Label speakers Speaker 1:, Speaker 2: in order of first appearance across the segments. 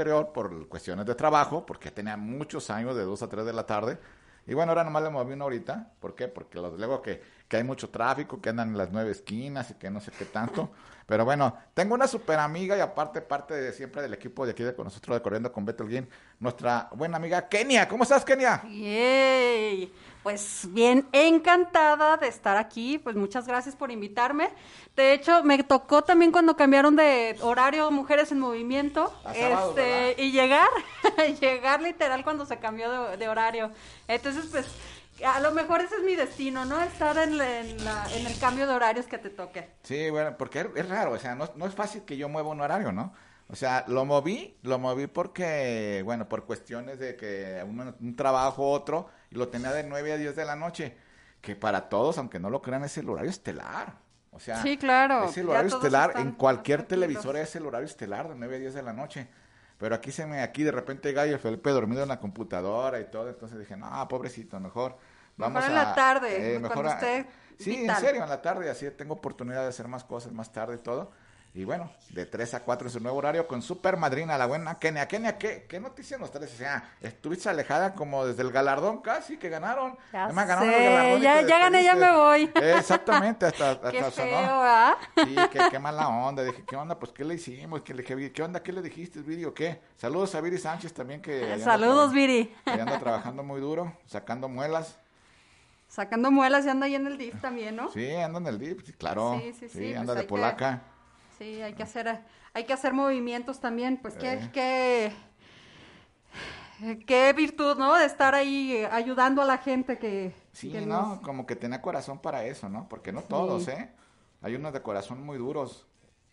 Speaker 1: Anterior por cuestiones de trabajo, porque tenía muchos años de 2 a 3 de la tarde. Y bueno, ahora nomás le moví una horita. ¿Por qué? Porque los luego que, que hay mucho tráfico, que andan en las nueve esquinas y que no sé qué tanto. Pero bueno, tengo una super amiga y aparte parte de siempre del equipo de aquí de con nosotros de Corriendo con Beto Alguín, nuestra buena amiga Kenia. ¿Cómo estás, Kenia?
Speaker 2: Yay. Pues bien, encantada de estar aquí. Pues muchas gracias por invitarme. De hecho, me tocó también cuando cambiaron de horario Mujeres en Movimiento. este,
Speaker 1: A sábado, ¿verdad?
Speaker 2: y llegar, llegar literal cuando se cambió de, de horario. Entonces, pues a lo mejor ese es mi destino, ¿no? Estar en, la- en la- en el cambio de horarios que te toque.
Speaker 1: Sí, bueno, porque es, es raro, o sea, no, no es fácil que yo mueva un horario, ¿no? O sea, lo moví, lo moví porque, bueno, por cuestiones de que un, un trabajo, otro, y lo tenía de 9 a 10 de la noche, que para todos, aunque no lo crean, es el horario estelar. O sea,
Speaker 2: Sí, claro,
Speaker 1: es el
Speaker 2: ya
Speaker 1: horario
Speaker 2: todos
Speaker 1: estelar,
Speaker 2: están
Speaker 1: en
Speaker 2: más
Speaker 1: cualquier
Speaker 2: tranquilos.
Speaker 1: televisor es el horario estelar de 9 a 10 de la noche. Pero aquí se me, aquí de repente Gallo Felipe dormido en la computadora y todo, entonces dije, no, pobrecito, mejor. Vamos
Speaker 2: en la
Speaker 1: a-
Speaker 2: tarde, cuando esté
Speaker 1: Sí, en
Speaker 2: vital.
Speaker 1: serio, en la tarde, así tengo oportunidad de hacer más cosas más tarde y todo. Y bueno, de 3 a 4 en su nuevo horario con Super Madrina, la buena Kenia. Kenia, ¿qué, qué noticia nos traes? O sea, estuviste alejada como desde el galardón casi que ganaron.
Speaker 2: Ya
Speaker 1: Además,
Speaker 2: sé,
Speaker 1: y
Speaker 2: ya-
Speaker 1: te
Speaker 2: ya gané, ya
Speaker 1: despediste.
Speaker 2: me voy.
Speaker 1: Eh, Exactamente, hasta, hasta
Speaker 2: Qué feo,
Speaker 1: sonó.
Speaker 2: ¿ah?
Speaker 1: Sí, qué, qué mala onda. Dije, ¿qué onda? Pues, ¿qué le hicimos? ¿Qué, le, qué, qué onda? ¿Qué le dijiste, Viri? o qué? Saludos a Viri Sánchez también. que ahí anda
Speaker 2: Saludos,
Speaker 1: traba-
Speaker 2: Viri.
Speaker 1: que anda trabajando muy duro, sacando muelas.
Speaker 2: Sacando muelas y anda ahí en el DIF también, ¿no?
Speaker 1: Sí, anda en el DIP, sí, claro. Sí,
Speaker 2: Sí, sí, sí,
Speaker 1: anda
Speaker 2: pues
Speaker 1: de
Speaker 2: hay que-
Speaker 1: polaca.
Speaker 2: Sí, hay que hacer, hay que hacer movimientos también, pues qué,
Speaker 1: Eh.
Speaker 2: qué, qué virtud, ¿no? De estar ahí eh, ayudando a la gente que...
Speaker 1: Sí,
Speaker 2: que
Speaker 1: ¿no?
Speaker 2: nos-
Speaker 1: Como que tenía corazón para eso, ¿no? Porque no todos, ¿eh? Hay unos de corazón muy duros.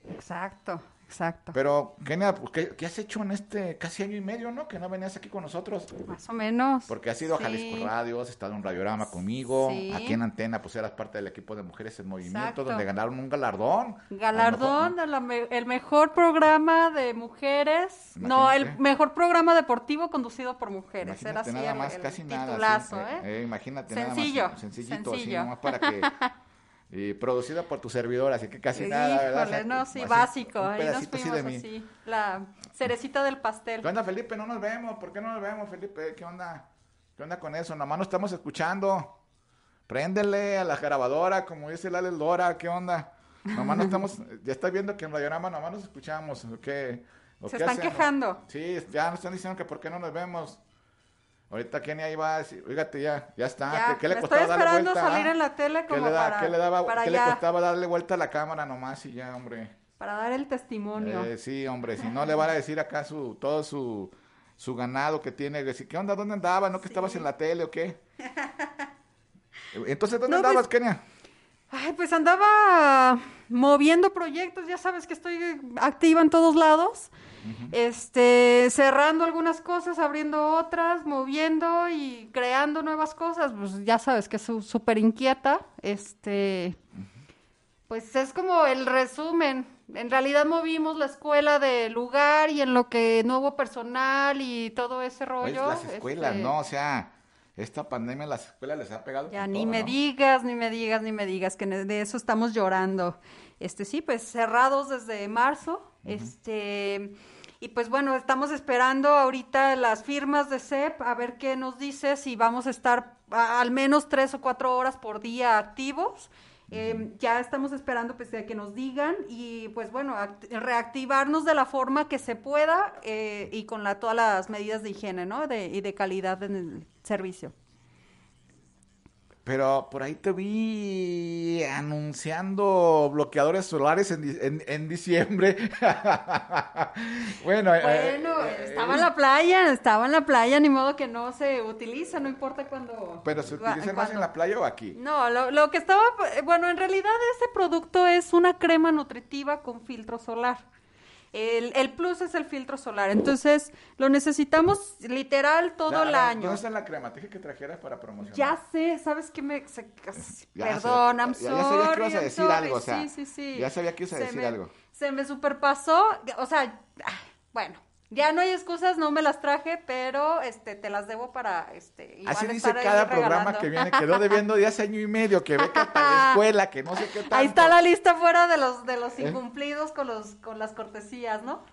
Speaker 2: Exacto, exacto.
Speaker 1: Pero, Kenia, pues, ¿qué, qué has hecho en este casi año y medio, ¿no? Que no venías aquí con nosotros.
Speaker 2: Más o menos.
Speaker 1: Porque has ido a Jalisco
Speaker 2: Sí.
Speaker 1: Radio, has estado en Radiorama conmigo,
Speaker 2: Sí.
Speaker 1: aquí en Antena, pues eras parte del equipo de Mujeres en Movimiento,
Speaker 2: Exacto.
Speaker 1: donde ganaron un galardón. A lo
Speaker 2: Galardón,
Speaker 1: mejor-
Speaker 2: a la me- el mejor programa de mujeres. No, el
Speaker 1: Imagínate.
Speaker 2: mejor programa deportivo conducido por mujeres. Era
Speaker 1: Imagínate
Speaker 2: así
Speaker 1: nada
Speaker 2: el,
Speaker 1: más,
Speaker 2: el
Speaker 1: casi nada.
Speaker 2: titulazo,
Speaker 1: sí,
Speaker 2: ¿eh?
Speaker 1: eh, imagínate nada
Speaker 2: Sencillo,
Speaker 1: más. Sencillito, así,
Speaker 2: sencillo.
Speaker 1: nomás para que. Y producida por tu servidor, así que casi nada, ¿verdad? O sea,
Speaker 2: Híjole, no, sí,
Speaker 1: así,
Speaker 2: básico.
Speaker 1: un
Speaker 2: Ahí nos
Speaker 1: pedacito así pues,
Speaker 2: fuimos
Speaker 1: de mí.
Speaker 2: así. La cerecita del pastel.
Speaker 1: ¿Qué onda, Felipe? No nos vemos. ¿Por qué no nos vemos, Felipe? ¿Qué onda? ¿Qué onda con eso? Nomás nos estamos escuchando. Préndele a la grabadora, como dice la Lora. ¿Qué onda? Nomás nos estamos... Ya estás viendo que en Radiorama nomás nos escuchamos. ¿o qué? ¿O
Speaker 2: Se
Speaker 1: qué
Speaker 2: están quejando.
Speaker 1: Sí, ya nos están diciendo que por qué no nos vemos. Ahorita Kenia iba a decir, oígate ya, ya está.
Speaker 2: Ya,
Speaker 1: ¿Qué, qué le
Speaker 2: me
Speaker 1: costaba
Speaker 2: estoy
Speaker 1: darle
Speaker 2: esperando
Speaker 1: vuelta?
Speaker 2: salir
Speaker 1: ah?
Speaker 2: en la tele
Speaker 1: ¿Qué
Speaker 2: como
Speaker 1: le, da-
Speaker 2: para-
Speaker 1: qué le daba,
Speaker 2: para
Speaker 1: qué le
Speaker 2: allá.
Speaker 1: costaba darle vuelta a la cámara nomás y ya, hombre?
Speaker 2: Para dar el testimonio.
Speaker 1: Eh, sí, hombre, si no le van a decir acá su, todo su, su ganado que tiene, decir, ¿qué onda? ¿Dónde andabas? ¿No que estabas en la tele o qué? Eh, Entonces, ¿dónde
Speaker 2: No, pues-
Speaker 1: andabas, Kenia?
Speaker 2: Ay, pues andaba moviendo proyectos, ya sabes que estoy activa en todos lados. Este, cerrando algunas cosas, abriendo otras, moviendo y creando nuevas cosas, pues ya sabes que soy súper inquieta. Este, pues es como el resumen. En realidad movimos la escuela de lugar y en lo que no hubo personal y todo ese
Speaker 1: Oye,
Speaker 2: rollo.
Speaker 1: Pues, las escuelas,
Speaker 2: este,
Speaker 1: ¿no? O sea, esta pandemia en las escuelas les ha pegado.
Speaker 2: ya
Speaker 1: con
Speaker 2: ni
Speaker 1: todo,
Speaker 2: me
Speaker 1: ¿no?
Speaker 2: digas, ni me digas, ni me digas, que ne- de eso estamos llorando. Este sí, pues cerrados desde marzo. Este y pues bueno, estamos esperando ahorita las firmas de CEP a ver qué nos dice si vamos a estar a- al menos tres o cuatro horas por día activos. Eh, ya estamos esperando pues, a que nos digan y pues bueno, act- reactivarnos de la forma que se pueda eh, y con la, todas las medidas de higiene ¿no? de, y de calidad en el servicio.
Speaker 1: Pero por ahí te vi anunciando bloqueadores solares en, di- en, en diciembre. bueno, eh,
Speaker 2: Bueno,
Speaker 1: eh,
Speaker 2: estaba en la playa, estaba en la playa, ni modo que no se utiliza, no importa cuándo.
Speaker 1: ¿Pero se
Speaker 2: cua-
Speaker 1: utilizan más en
Speaker 2: cuándo.
Speaker 1: la playa o aquí?
Speaker 2: No, lo, lo que estaba, eh, bueno, en realidad este producto es una crema nutritiva con filtro solar. El, el plus es el filtro solar, entonces lo necesitamos literal todo el año.
Speaker 1: ¿Dónde está la cremateja que trajeras para promocionar?
Speaker 2: Ya sé, ¿sabes qué me...? se-
Speaker 1: Ya
Speaker 2: perdón,
Speaker 1: sé,
Speaker 2: I'm
Speaker 1: ya- ya sabía que ibas
Speaker 2: sorry,
Speaker 1: a
Speaker 2: I'm
Speaker 1: decir
Speaker 2: sorry.
Speaker 1: algo, o sea,
Speaker 2: sí, sí, sí.
Speaker 1: ya sabía que ibas a
Speaker 2: Se
Speaker 1: decir
Speaker 2: me-
Speaker 1: algo.
Speaker 2: Se me superpasó, o sea, ah, bueno, ya no hay excusas, no me las traje, pero este, te las debo para... Este, igual
Speaker 1: Así dice
Speaker 2: estar ahí
Speaker 1: cada programa
Speaker 2: regalando.
Speaker 1: que viene, quedó debiendo de hace año y medio, que beca para la escuela, que no sé qué tanto. ¿Eh?
Speaker 2: Ahí está la lista fuera de los, de los incumplidos con, los, con las cortesías, ¿no?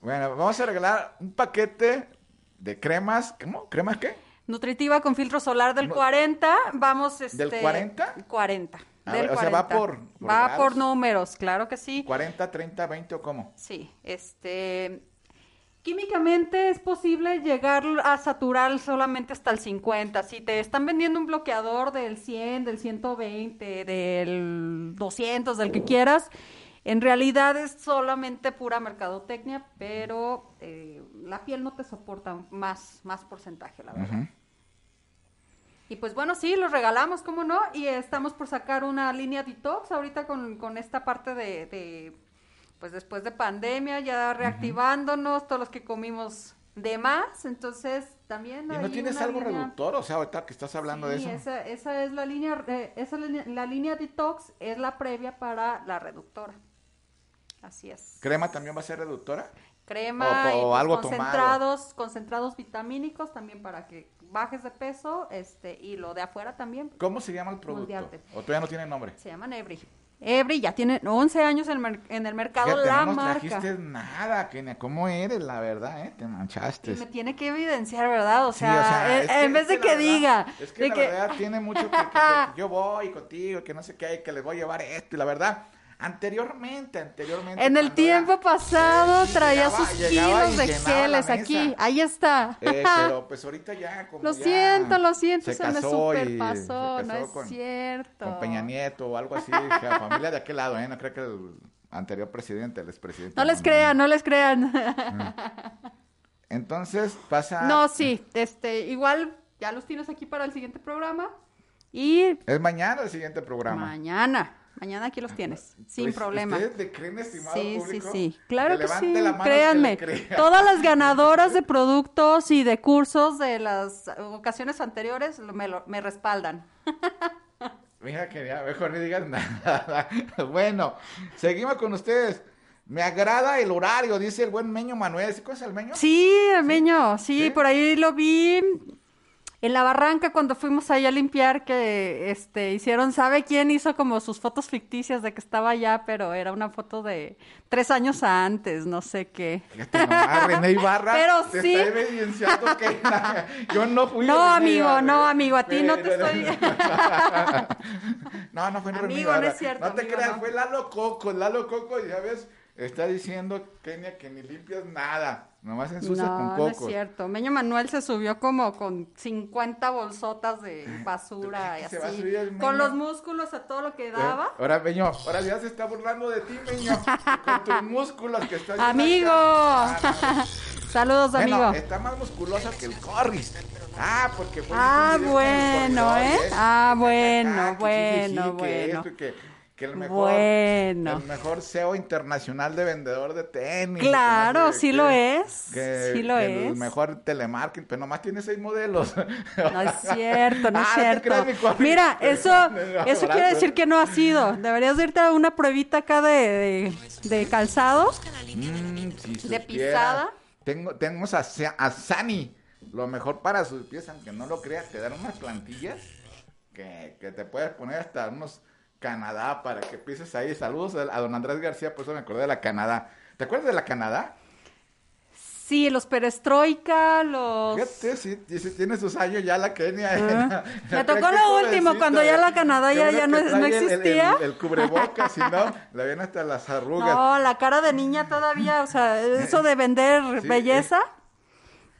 Speaker 1: Bueno, vamos a regalar un paquete de cremas, ¿cómo? ¿Cremas qué?
Speaker 2: Nutritiva con filtro solar del
Speaker 1: No.
Speaker 2: 40, vamos este...
Speaker 1: 40?
Speaker 2: 40.
Speaker 1: A
Speaker 2: del
Speaker 1: ver, o sea, va
Speaker 2: 40.
Speaker 1: por- por
Speaker 2: va
Speaker 1: grados.
Speaker 2: por números, claro que sí.
Speaker 1: ¿40, 30, 20 o cómo?
Speaker 2: Sí, este... Químicamente es posible llegar a saturar solamente hasta el 50. Si te están vendiendo un bloqueador del 100, del 120, del 200, del que quieras, en realidad es solamente pura mercadotecnia, pero eh, la piel no te soporta más, más porcentaje, la verdad. Y pues bueno, sí, los regalamos, ¿cómo no? Y estamos por sacar una línea detox ahorita con, con esta parte de, de, pues después de pandemia, ya reactivándonos, todos los que comimos de más, entonces también...
Speaker 1: ¿Y no
Speaker 2: hay
Speaker 1: tienes
Speaker 2: una
Speaker 1: algo
Speaker 2: línea-
Speaker 1: reductor? O sea, ahorita que estás hablando de
Speaker 2: Sí,
Speaker 1: eso.
Speaker 2: Esa, esa es la línea, eh, esa línea- la línea detox es la previa para la reductora. Así es.
Speaker 1: ¿Crema también va a ser reductora?
Speaker 2: Crema
Speaker 1: O- o
Speaker 2: y pues,
Speaker 1: algo tomado.
Speaker 2: concentrados, concentrados vitamínicos también para que bajes de peso, este, y lo de afuera también.
Speaker 1: ¿Cómo se llama el producto?
Speaker 2: Moldearte.
Speaker 1: ¿O todavía no tiene nombre?
Speaker 2: Se llaman Evry. Evry ya tiene 11 años en, mer- en el mercado
Speaker 1: Fíjate,
Speaker 2: la
Speaker 1: no nos
Speaker 2: marca.
Speaker 1: trajiste nada, Kenia. ¿Cómo eres, la verdad, eh? Te
Speaker 2: Y
Speaker 1: manchaste.
Speaker 2: me tiene que evidenciar, ¿verdad? O
Speaker 1: Sí,
Speaker 2: sea, eh,
Speaker 1: es que-
Speaker 2: en vez
Speaker 1: es
Speaker 2: de que
Speaker 1: la verdad-
Speaker 2: diga.
Speaker 1: Es que
Speaker 2: de
Speaker 1: la
Speaker 2: que-
Speaker 1: verdad tiene mucho que, que- que- que yo voy contigo, que no sé qué, que les voy a llevar esto. Y la verdad, anteriormente, anteriormente.
Speaker 2: En el
Speaker 1: cuando
Speaker 2: tiempo
Speaker 1: era-
Speaker 2: pasado
Speaker 1: Sí,
Speaker 2: traía
Speaker 1: llegaba-
Speaker 2: sus
Speaker 1: llegaba y
Speaker 2: kilos de
Speaker 1: llenaba la
Speaker 2: geles
Speaker 1: mesa.
Speaker 2: aquí. Ahí está.
Speaker 1: Eh, pero pues ahorita ya como
Speaker 2: lo
Speaker 1: ya
Speaker 2: siento, lo siento, se, me
Speaker 1: casó y
Speaker 2: superpasó.
Speaker 1: se
Speaker 2: No
Speaker 1: casó
Speaker 2: es
Speaker 1: con-
Speaker 2: cierto.
Speaker 1: Con Peña Nieto o algo así, que la familia de aquel lado, ¿eh? No creo que el anterior presidente, el expresidente.
Speaker 2: No les crean, no les crean.
Speaker 1: Entonces pasa...
Speaker 2: no, sí. Este, igual ya los tienes aquí para el siguiente programa. Y
Speaker 1: Es mañana el siguiente programa.
Speaker 2: Mañana. Mañana aquí los tienes, sin
Speaker 1: Pues,
Speaker 2: problema.
Speaker 1: ¿Ustedes le creen, estimado
Speaker 2: Sí, sí,
Speaker 1: público?
Speaker 2: sí. Claro que sí.
Speaker 1: levante la mano el
Speaker 2: Créanme,
Speaker 1: que le crea.
Speaker 2: todas las ganadoras de productos y de cursos de las ocasiones anteriores lo- me, lo- me respaldan.
Speaker 1: Mira que ya mejor ni digas nada. bueno, seguimos con ustedes. Me agrada el horario, dice el buen Meño Manuel. ¿Sí conoces al Meño?
Speaker 2: Sí, Meño, sí,
Speaker 1: ¿Sí?
Speaker 2: por ahí lo vi en la barranca cuando fuimos ahí a limpiar que este hicieron, ¿sabe quién hizo como sus fotos ficticias de que estaba allá, pero era una foto de tres años antes, no sé qué.
Speaker 1: Fíjate nomás, René Ibarra.
Speaker 2: Pero
Speaker 1: te
Speaker 2: sí.
Speaker 1: está evidenciando que yo no fui.
Speaker 2: No,
Speaker 1: René
Speaker 2: amigo,
Speaker 1: Ibarra,
Speaker 2: no,
Speaker 1: ¿eh?
Speaker 2: amigo, a ti no te estoy-
Speaker 1: no, no fue René
Speaker 2: Amigo,
Speaker 1: Ibarra.
Speaker 2: no es cierto,
Speaker 1: No te
Speaker 2: amigo,
Speaker 1: creas,
Speaker 2: no.
Speaker 1: fue Lalo Coco. Lalo Coco, ya ves, está diciendo, Kenia, que ni limpias nada. Nomás ensucias
Speaker 2: no,
Speaker 1: con
Speaker 2: no es
Speaker 1: coco.
Speaker 2: cierto. Meño Manuel se subió como con 50 bolsotas de basura y
Speaker 1: ¿Tú crees que se va a
Speaker 2: así.
Speaker 1: subir el
Speaker 2: Con
Speaker 1: Meño?
Speaker 2: los músculos a todo lo que
Speaker 1: ¿Eh?
Speaker 2: daba.
Speaker 1: Ahora, Meño, ahora ya se está burlando de ti, Meño. con tus músculos que estás.
Speaker 2: amigo. Saludos,
Speaker 1: Bueno,
Speaker 2: amigo.
Speaker 1: está más musculosa que el Corris. Ah, porque fue
Speaker 2: Ah,
Speaker 1: un video con el
Speaker 2: bueno,
Speaker 1: corredor,
Speaker 2: ¿eh?
Speaker 1: ¿ves?
Speaker 2: Ah,
Speaker 1: Que
Speaker 2: bueno,
Speaker 1: que
Speaker 2: bueno,
Speaker 1: que
Speaker 2: bueno.
Speaker 1: esto y que, que el mejor,
Speaker 2: Bueno.
Speaker 1: el mejor CEO internacional de vendedor de tenis. que
Speaker 2: Claro,
Speaker 1: no sé
Speaker 2: sí
Speaker 1: qué,
Speaker 2: lo es,
Speaker 1: que-
Speaker 2: sí lo
Speaker 1: que El
Speaker 2: es.
Speaker 1: mejor telemarketing, pero nomás tiene seis modelos.
Speaker 2: No es cierto, no es
Speaker 1: Ah, te
Speaker 2: cierto.
Speaker 1: creas, mi Corris.
Speaker 2: Mira,
Speaker 1: Te
Speaker 2: eso,
Speaker 1: mando un
Speaker 2: eso quiere
Speaker 1: abrazo.
Speaker 2: decir que no ha sido. Deberías de irte a una pruebita acá de, de, de calzado.
Speaker 1: Mm, si supieras.
Speaker 2: pisada.
Speaker 1: Tengo, tenemos a, Sa- a Sani. Lo mejor para sus pies, aunque no lo creas, te dan unas plantillas que, que te puedes poner hasta unos Canadá para que pises ahí. Saludos a, a don Andrés García, por eso me acordé de la Canadá. ¿Te acuerdas de la Canadá?
Speaker 2: Sí, los perestroika, los...
Speaker 1: Fíjate, sí, sí, sí, tiene sus años ya la Kenia. ¿eh?
Speaker 2: Ah. me tocó lo último, cuando ya la Canadá ya- ya no- no existía.
Speaker 1: El, el, el cubrebocas, si no, la ven hasta las arrugas.
Speaker 2: No, la cara de niña todavía, o sea, eso de vender
Speaker 1: Sí, eh,
Speaker 2: belleza,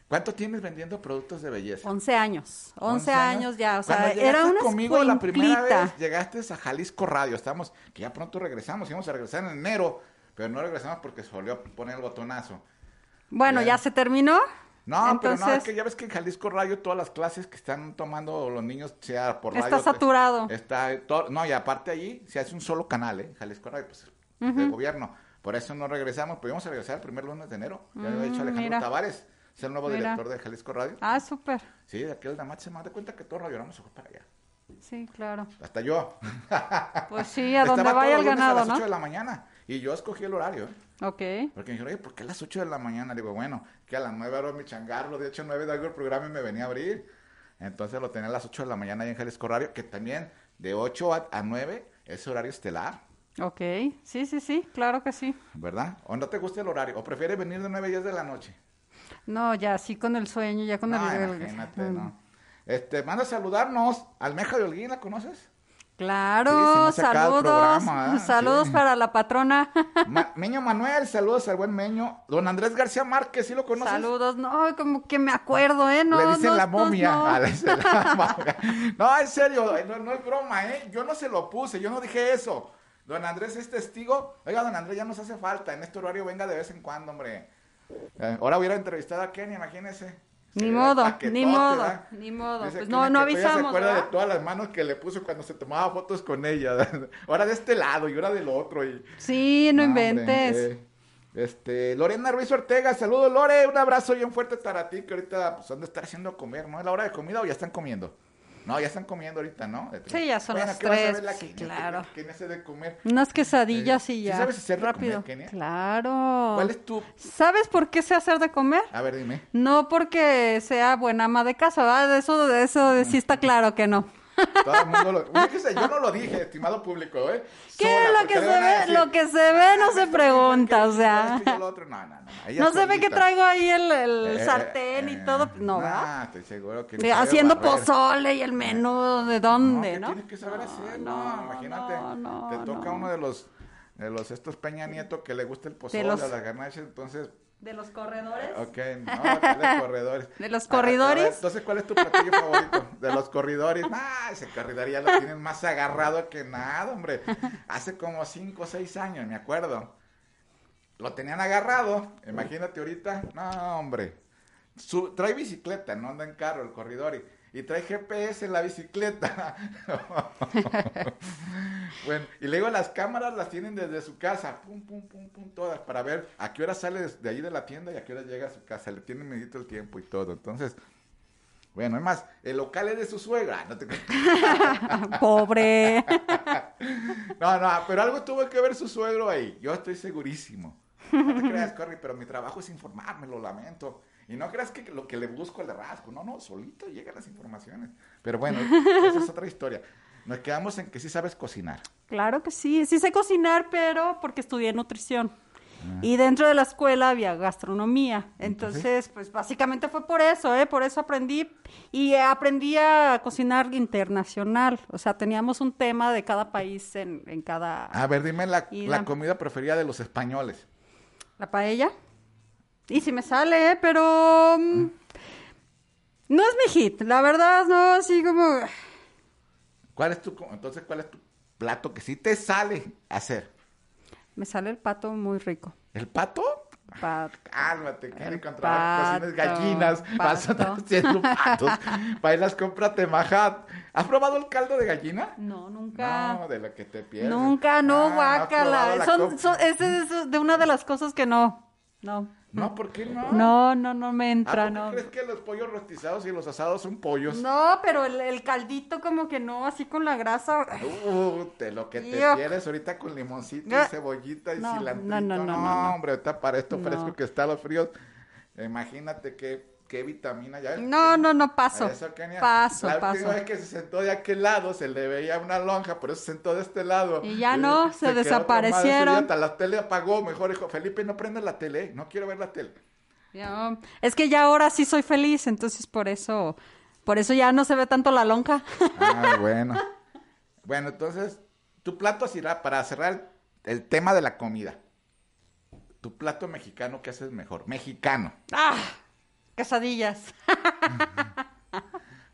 Speaker 1: ¿Cuánto tienes vendiendo productos de belleza?
Speaker 2: 11 años, 11
Speaker 1: 11
Speaker 2: años ya, o sea,
Speaker 1: Cuando
Speaker 2: era
Speaker 1: llegaste
Speaker 2: una
Speaker 1: conmigo la primera
Speaker 2: escuinclita.
Speaker 1: vez, llegaste a Jalisco Radio, estamos, que ya pronto regresamos, íbamos a regresar en enero, pero no regresamos porque se volvió a poner el botonazo.
Speaker 2: Bueno,
Speaker 1: Bien.
Speaker 2: ya se terminó.
Speaker 1: No, pero no,
Speaker 2: Entonces-
Speaker 1: es que ya ves que en Jalisco Radio todas las clases que están tomando los niños, sea por radio.
Speaker 2: Está
Speaker 1: te-
Speaker 2: saturado.
Speaker 1: Está, to- no, y aparte allí se hace un solo canal, ¿eh? Jalisco Radio, pues, de gobierno. Por eso no regresamos, pudimos regresar el primer lunes de enero. Ya lo había
Speaker 2: Mm,
Speaker 1: dicho Alejandro
Speaker 2: mira.
Speaker 1: Tavares, es el nuevo
Speaker 2: Mira.
Speaker 1: director de Jalisco Radio.
Speaker 2: Ah, súper.
Speaker 1: Sí, de aquel nada más se me da cuenta que todos Radio Ramos se fue para allá.
Speaker 2: Sí, claro.
Speaker 1: Hasta yo.
Speaker 2: Pues sí, a
Speaker 1: Estaba
Speaker 2: donde
Speaker 1: todos
Speaker 2: vaya el
Speaker 1: los lunes
Speaker 2: ganado,
Speaker 1: A las 8
Speaker 2: ¿no?
Speaker 1: de la mañana. Y yo escogí el horario, ¿eh?
Speaker 2: Ok.
Speaker 1: Porque me dijeron, oye, ¿por qué a las 8 de la mañana? Le digo, bueno, que a las 9 abro mi changarro, de 8 a 9 de algo el programa y me venía a abrir. Entonces lo tenía a las 8 de la mañana ahí en Jalisco Radio, que también de 8 a, a 9 es horario estelar,
Speaker 2: Ok. Sí, sí, sí, claro que sí.
Speaker 1: ¿verdad? ¿O no te gusta el horario? ¿O prefieres venir de 9 a 10 de la noche?
Speaker 2: No, ya, sí con el sueño, ya con
Speaker 1: No,
Speaker 2: el... Mm. el-
Speaker 1: Ah, imagínate, ¿no? Este, manda a saludarnos. Almeja de Holguín, ¿la conoces? Sí, se
Speaker 2: Claro,
Speaker 1: nos acaba el
Speaker 2: saludos.
Speaker 1: programa, ¿eh?
Speaker 2: Saludos
Speaker 1: Sí.
Speaker 2: para la patrona.
Speaker 1: Ma- Meño Manuel, saludos al buen Meño. Don Andrés García Márquez, ¿sí lo conoces?
Speaker 2: Saludos. No, como que me acuerdo, ¿eh? No,
Speaker 1: le dicen
Speaker 2: no,
Speaker 1: la
Speaker 2: no,
Speaker 1: momia.
Speaker 2: no.
Speaker 1: Ah, le dicen la momia. No, en serio, no, no es broma, ¿eh? Yo no se lo puse, yo no dije eso. Don Andrés es testigo. Oiga, don Andrés, ya nos hace falta. En este horario venga de vez en cuando, hombre. Eh, ahora hubiera entrevistado a Kenny, imagínese.
Speaker 2: Ni
Speaker 1: Sí,
Speaker 2: modo,
Speaker 1: paquetote,
Speaker 2: ni modo,
Speaker 1: ¿verdad?
Speaker 2: ni modo.
Speaker 1: Dice
Speaker 2: Pues
Speaker 1: Kenny
Speaker 2: no, no
Speaker 1: que todavía Se
Speaker 2: avisamos,
Speaker 1: acuerda
Speaker 2: ¿verdad?
Speaker 1: de todas las manos que le puso cuando se tomaba fotos con ella. Ahora de este lado y ahora del otro. Y...
Speaker 2: Sí, no,
Speaker 1: hombre,
Speaker 2: inventes.
Speaker 1: eh, este, Lorena Ruiz Ortega, saludos Lore, un abrazo bien fuerte para ti, que ahorita pues han de estar haciendo comer, ¿no? ¿Es la hora de comida o ya están comiendo? No, ya están comiendo ahorita, ¿no?
Speaker 2: Sí, ya son
Speaker 1: Bueno,
Speaker 2: las
Speaker 1: ¿qué vas a ver
Speaker 2: tres,
Speaker 1: la
Speaker 2: sí,
Speaker 1: Kenia? ¿Qué-
Speaker 2: claro.
Speaker 1: ¿Qué me hace de comer?
Speaker 2: Unas quesadillas
Speaker 1: Eh,
Speaker 2: y
Speaker 1: ¿sí
Speaker 2: ya.
Speaker 1: sabes hacer de comer,
Speaker 2: rápido.
Speaker 1: Kenia?
Speaker 2: Claro.
Speaker 1: ¿Cuál es tu...?
Speaker 2: ¿Sabes por qué sé hacer de comer?
Speaker 1: A ver, dime.
Speaker 2: No porque sea buena ama de casa, ¿verdad? De Eso, de eso de- sí está claro que no.
Speaker 1: Todo el mundo lo... Fíjese, yo no lo dije, estimado público, ¿eh?
Speaker 2: ¿Qué
Speaker 1: Sola,
Speaker 2: lo
Speaker 1: porque
Speaker 2: que
Speaker 1: le
Speaker 2: se
Speaker 1: van a
Speaker 2: ve?
Speaker 1: decir,
Speaker 2: Lo que se ve no
Speaker 1: "Ah,
Speaker 2: se
Speaker 1: esto
Speaker 2: pregunta,
Speaker 1: fue
Speaker 2: o
Speaker 1: que-
Speaker 2: sea.
Speaker 1: esto y lo otro". No, no, no, ella
Speaker 2: No se ve que
Speaker 1: solita.
Speaker 2: traigo ahí el, el
Speaker 1: Eh,
Speaker 2: sartén
Speaker 1: eh,
Speaker 2: y todo. No, ¿verdad?
Speaker 1: nah, estoy seguro que
Speaker 2: Eh,
Speaker 1: sabe
Speaker 2: Haciendo
Speaker 1: barrer.
Speaker 2: pozole y el menú, ¿de dónde,
Speaker 1: que
Speaker 2: no?
Speaker 1: Tienes que saber hacer, no, imagínate.
Speaker 2: no, no,
Speaker 1: te toca
Speaker 2: no.
Speaker 1: uno de los de los estos Peña Nieto que le gusta el pozole
Speaker 2: los-
Speaker 1: a las garnachas, entonces,
Speaker 2: ¿De los corredores?
Speaker 1: ok, no, de los corredores.
Speaker 2: ¿De los
Speaker 1: A ver,
Speaker 2: corridores?
Speaker 1: a ver, entonces, ¿cuál es tu platillo favorito? De los corredores. Ah, ese corredor ya lo tienen más agarrado que nada, hombre. Hace como cinco o seis años, me acuerdo. Lo tenían agarrado, imagínate ahorita. No, hombre. Su- trae bicicleta, no anda en carro el corredor y, y trae GPS en la bicicleta. bueno, y luego las cámaras las tienen desde su casa, pum, pum, pum, pum, todas, para ver a qué hora sale des- de ahí de la tienda y a qué hora llega a su casa. Le tienen medito el tiempo y todo. Entonces, bueno, es más, el local es de su suegra. No, te creas.
Speaker 2: Pobre.
Speaker 1: no, no, pero algo tuvo que ver su suegro ahí. Yo estoy segurísimo. No te creas, Corry, pero mi trabajo es informarme, lo lamento. Y no creas que lo que le busco le rasgo. No, no, solito llegan las informaciones. Pero bueno, esa es otra historia. Nos quedamos en que sí sabes cocinar.
Speaker 2: Claro que sí, sí sé cocinar, pero porque estudié nutrición. Y dentro de la escuela había gastronomía. Entonces, pues básicamente fue por eso, ¿eh? Por eso aprendí y eh, aprendí a cocinar internacional. O sea, teníamos un tema de cada país en, en cada...
Speaker 1: A ver, dime la,
Speaker 2: Y
Speaker 1: la
Speaker 2: la-
Speaker 1: comida preferida de los españoles.
Speaker 2: La paella. Y si me sale, ¿eh? pero... mm, No es mi hit, la verdad, no, así como...
Speaker 1: ¿Cuál es tu, co- entonces, cuál es tu plato que sí te sale hacer?
Speaker 2: Me sale el pato muy rico.
Speaker 1: ¿El pato?
Speaker 2: Pato.
Speaker 1: Cálmate, que
Speaker 2: El
Speaker 1: encontrar cocinas
Speaker 2: pato,
Speaker 1: gallinas, vas a andar
Speaker 2: pato.
Speaker 1: haciendo patos. Bailas, cómprate majat. ¿Has probado el caldo de gallina?
Speaker 2: No, nunca...
Speaker 1: No, de lo que te pierdes.
Speaker 2: Nunca, no,
Speaker 1: Ah, has probado
Speaker 2: guácala.
Speaker 1: la
Speaker 2: Son,
Speaker 1: com-
Speaker 2: son- ese es de una de las cosas que no. No.
Speaker 1: No, ¿por qué no?
Speaker 2: No, no, no me
Speaker 1: ¿A poco
Speaker 2: entra, no.
Speaker 1: Ah, crees que los pollos rostizados y los asados son pollos?
Speaker 2: No, pero el, el caldito como que no, así con la grasa.
Speaker 1: Uh, te- lo que te
Speaker 2: Yo-
Speaker 1: quieres ahorita con limoncito
Speaker 2: Ah.
Speaker 1: y cebollita y
Speaker 2: No, no,
Speaker 1: cilantrito.
Speaker 2: no, no, no, no.
Speaker 1: hombre, ahorita para esto
Speaker 2: No.
Speaker 1: fresco que está los fríos. Imagínate qué, qué vitamina ya. ves,
Speaker 2: No,
Speaker 1: Kenia.
Speaker 2: no, no, paso.
Speaker 1: Eso, Kenia.
Speaker 2: Paso,
Speaker 1: la
Speaker 2: paso.
Speaker 1: última vez que se sentó de aquel lado se le veía una lonja, por eso se sentó de este lado.
Speaker 2: Y ya no,
Speaker 1: quedó traumada
Speaker 2: se
Speaker 1: ese día,
Speaker 2: desaparecieron.
Speaker 1: Hasta la tele apagó, mejor dijo, Felipe, no prendas la tele, eh, no quiero ver la tele.
Speaker 2: Ya, Es que ya ahora sí soy feliz, entonces por eso, por eso ya no se ve tanto la lonja.
Speaker 1: Ah, bueno. Bueno, entonces, tu plato será para cerrar el, el tema de la comida. Tu plato mexicano, ¿qué haces mejor? Mexicano.
Speaker 2: ¡Ah! Quesadillas.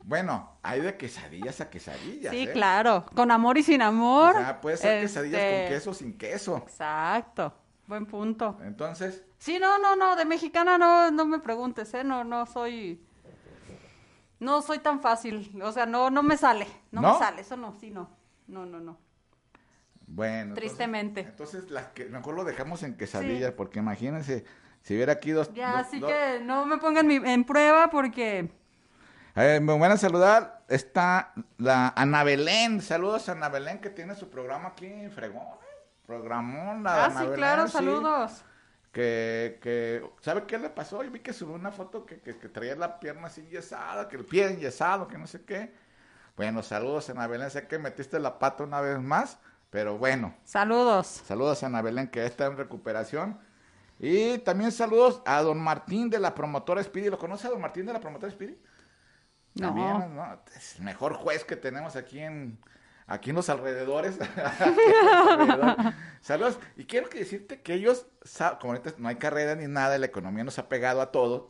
Speaker 1: Bueno, hay de quesadillas a quesadillas.
Speaker 2: Sí,
Speaker 1: ¿eh?
Speaker 2: claro. Con amor y sin
Speaker 1: O
Speaker 2: amor.
Speaker 1: sea, puede ser quesadillas con
Speaker 2: Este,
Speaker 1: queso o sin queso.
Speaker 2: Exacto. Buen punto.
Speaker 1: Entonces,
Speaker 2: Sí, no, no, no, de mexicana no, no me preguntes, ¿eh? No, no soy... No soy tan fácil, o sea, no, no me sale, no,
Speaker 1: ¿No?
Speaker 2: me sale, eso no, sí, no, no, no, no.
Speaker 1: Bueno. entonces-
Speaker 2: Tristemente.
Speaker 1: Entonces, las que, mejor lo dejamos en quesadillas, porque imagínense, si hubiera aquí dos...
Speaker 2: Ya,
Speaker 1: dos-
Speaker 2: así
Speaker 1: dos-
Speaker 2: que no me pongan mi- en prueba porque
Speaker 1: Eh, me van a saludar, está la Ana Belén, saludos a Ana Belén que tiene su programa aquí en Fregón, programón la
Speaker 2: Ah,
Speaker 1: Ana
Speaker 2: sí,
Speaker 1: Belén,
Speaker 2: claro,
Speaker 1: sí.
Speaker 2: saludos.
Speaker 1: Que, que, ¿sabe qué le pasó? Yo vi que subió una foto que, que, que traía la pierna así yesada, que el pie enyesado, que no sé qué. Bueno, saludos Ana Belén, sé que metiste la pata una vez más, pero bueno,
Speaker 2: Saludos.
Speaker 1: saludos a Ana Belén que ya está en recuperación. Y también saludos a don Martín de la promotora Speedy, ¿lo conoce a don Martín de la promotora Speedy?
Speaker 2: No.
Speaker 1: También, ¿no? Es el mejor juez que tenemos aquí en, aquí en los alrededores. Saludos. Y quiero que decirte que ellos, sa- como ahorita no hay carrera ni nada, la economía nos ha pegado a todo.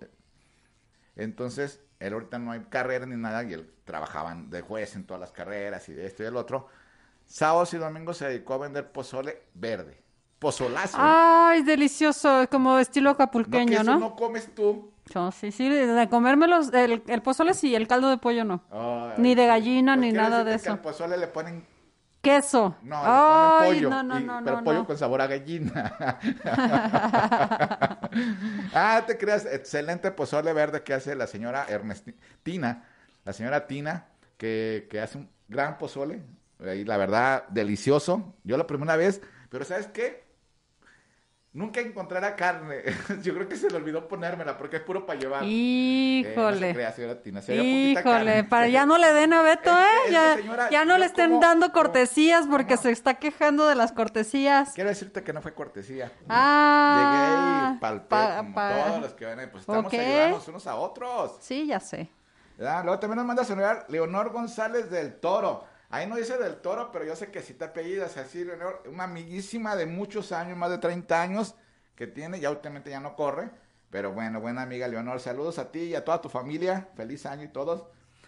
Speaker 1: Entonces, él ahorita no hay carrera ni nada y él trabajaban de juez en todas las carreras y de esto y del otro. Sábados y domingos se dedicó a vender pozole verde. Pozolazo. ¿eh?
Speaker 2: Ay, delicioso, como estilo
Speaker 1: no, que
Speaker 2: acapulqueño,
Speaker 1: eso
Speaker 2: Ah, ¿no?
Speaker 1: no comes tú.
Speaker 2: No, sí, sí, de comérmelos, el, el pozole sí, el caldo de pollo no.
Speaker 1: Ay,
Speaker 2: Ni de gallina,
Speaker 1: pues
Speaker 2: ni
Speaker 1: quiero
Speaker 2: nada de
Speaker 1: decirte que
Speaker 2: eso.
Speaker 1: al pozole le ponen
Speaker 2: Queso.
Speaker 1: No,
Speaker 2: Ay,
Speaker 1: le ponen pollo.
Speaker 2: no, no,
Speaker 1: y-
Speaker 2: no,
Speaker 1: pero
Speaker 2: no,
Speaker 1: pollo
Speaker 2: no.
Speaker 1: con sabor a gallina. ah, te creas. Excelente pozole verde que hace la señora Ernestina. La señora Tina, que, que hace un gran pozole. Y la verdad, delicioso. Yo la primera vez, pero ¿sabes qué? Nunca encontrara carne. Yo creo que se le olvidó ponérmela porque es puro para llevar. Eh, no se
Speaker 2: Híjole.
Speaker 1: creas, señora Tina. se veía poquita
Speaker 2: Híjole,
Speaker 1: carne.
Speaker 2: para ya no le den a Beto,
Speaker 1: Es que-
Speaker 2: ¿eh?
Speaker 1: es que,
Speaker 2: ya,
Speaker 1: señora,
Speaker 2: ya no
Speaker 1: yo
Speaker 2: le estén
Speaker 1: como-
Speaker 2: dando
Speaker 1: como-
Speaker 2: cortesías porque
Speaker 1: como-
Speaker 2: se está quejando de las cortesías.
Speaker 1: Quiero decirte que no fue cortesía.
Speaker 2: Ah,
Speaker 1: Llegué y palpé
Speaker 2: pa-
Speaker 1: como
Speaker 2: pa-
Speaker 1: todos los que van ahí, Pues estamos
Speaker 2: Ok.
Speaker 1: ayudándonos unos a otros.
Speaker 2: Sí, ya sé.
Speaker 1: ¿verdad? Luego también nos manda a saludar Leonor González del Toro. Ahí no dice del Toro, pero yo sé que sí te apellidas así, Leonor. Una amiguísima de muchos años, más de 30 años, que tiene. Ya últimamente ya no corre. Pero bueno, buena amiga Leonor. Saludos a ti y a toda tu familia. Feliz año y todos.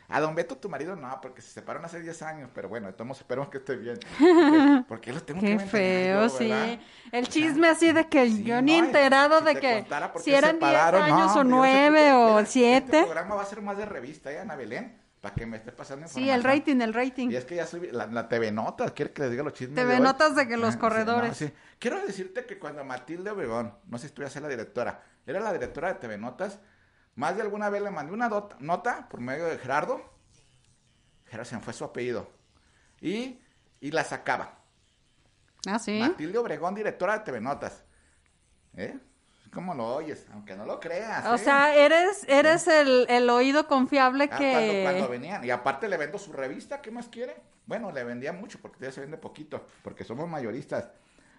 Speaker 1: A don Beto, tu marido, no, porque se separaron hace 10 años. Pero bueno, estamos, esperemos que esté bien. Porque, porque lo tengo que
Speaker 2: Qué
Speaker 1: mantener yo,
Speaker 2: feo, sí.
Speaker 1: ¿verdad?
Speaker 2: El chisme así de que
Speaker 1: Sí,
Speaker 2: yo
Speaker 1: no,
Speaker 2: ni
Speaker 1: y
Speaker 2: enterado
Speaker 1: si
Speaker 2: de
Speaker 1: te
Speaker 2: que
Speaker 1: contara por
Speaker 2: si
Speaker 1: qué
Speaker 2: eran 10
Speaker 1: separaron, no,
Speaker 2: años
Speaker 1: hombre, yo
Speaker 2: o
Speaker 1: sé que-
Speaker 2: 9
Speaker 1: mira,
Speaker 2: o
Speaker 1: Este
Speaker 2: 7.
Speaker 1: programa va a ser más de revista, ¿eh, Ana Belén? Para que me esté pasando
Speaker 2: Sí, el
Speaker 1: información.
Speaker 2: rating, el rating.
Speaker 1: Y es que ya subí la, la TV Notas, quiere que les diga los chismes.
Speaker 2: TV
Speaker 1: de hoy?
Speaker 2: Notas de que los
Speaker 1: Ah, sí,
Speaker 2: corredores.
Speaker 1: no, sí. Quiero decirte que cuando Matilde Obregón, no sé si tú ya la directora, era la directora de TV Notas, más de alguna vez le mandé una dota- nota por medio de Gerardo. Gerardo se me fue su apellido. Y, y la sacaba.
Speaker 2: Ah, sí.
Speaker 1: Matilde Obregón, directora de TV Notas. ¿Eh? ¿Cómo lo oyes? Aunque no lo creas.
Speaker 2: O
Speaker 1: ¿eh?
Speaker 2: sea, eres eres el, el oído confiable
Speaker 1: Ah, cuando, cuando
Speaker 2: que
Speaker 1: venían. Y aparte le vendo su revista, ¿qué más quiere? Bueno, le vendía mucho, porque ya se vende poquito, porque somos mayoristas.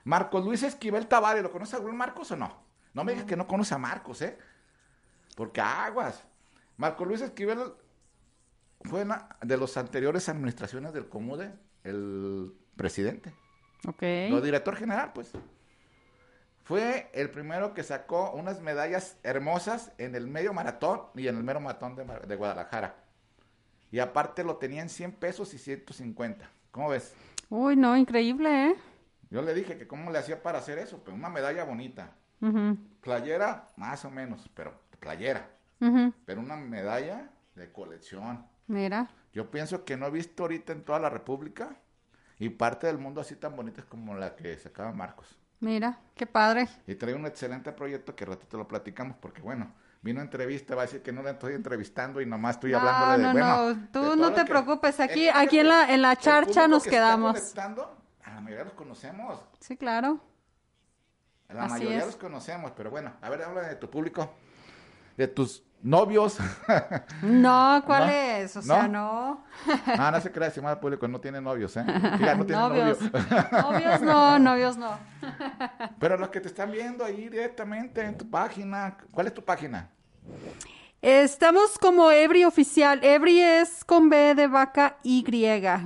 Speaker 1: Marcos Luis Esquivel Tavares, ¿lo conoce algún Marcos o no? No me digas que no conoce a Marcos, ¿eh? Porque aguas. Marcos Luis Esquivel fue una de las anteriores administraciones del Comude, el presidente. Lo
Speaker 2: Ok.
Speaker 1: director general, pues. Fue el primero que sacó unas medallas hermosas en el medio maratón y en el mero maratón de, Mar- de Guadalajara. Y aparte lo tenían 100 pesos y 150. ¿Cómo ves?
Speaker 2: Uy, no, increíble, ¿eh?
Speaker 1: Yo le dije que cómo le hacía para hacer eso. Pues una medalla bonita.
Speaker 2: Ujú,
Speaker 1: Playera, más o menos, pero playera.
Speaker 2: ujú.
Speaker 1: Pero una medalla de colección.
Speaker 2: Mira.
Speaker 1: Yo pienso que no he visto ahorita en toda la República y parte del mundo así tan bonitas como la que sacaba Marcos.
Speaker 2: Mira, qué padre.
Speaker 1: Y trae un excelente proyecto que al rato te lo platicamos, porque bueno, vino entrevista, va a decir que no la estoy entrevistando y nomás estoy
Speaker 2: No,
Speaker 1: hablándole de
Speaker 2: no,
Speaker 1: bueno.
Speaker 2: no,
Speaker 1: de
Speaker 2: tú
Speaker 1: todo
Speaker 2: no
Speaker 1: lo
Speaker 2: te
Speaker 1: que-
Speaker 2: preocupes,
Speaker 1: el
Speaker 2: aquí-
Speaker 1: público
Speaker 2: aquí en la- en la
Speaker 1: el
Speaker 2: charcha
Speaker 1: público
Speaker 2: nos
Speaker 1: que está
Speaker 2: quedamos.
Speaker 1: conectando, a la mayoría los conocemos,
Speaker 2: Sí, claro.
Speaker 1: a la
Speaker 2: Así
Speaker 1: mayoría
Speaker 2: es.
Speaker 1: los conocemos, pero bueno, a ver, habla de tu público, de tus novios.
Speaker 2: No, ¿cuál
Speaker 1: ¿No?
Speaker 2: es? O
Speaker 1: ¿No?
Speaker 2: sea, no.
Speaker 1: ah, no se crea, estimado público, no tiene novios, ¿eh? Fíjate, no tiene
Speaker 2: Novios.
Speaker 1: novio.
Speaker 2: Novios no, novios no.
Speaker 1: Pero los que te están viendo ahí directamente en tu página, ¿cuál es tu página?
Speaker 2: Estamos como Every Oficial. Every es con B de vaca Y.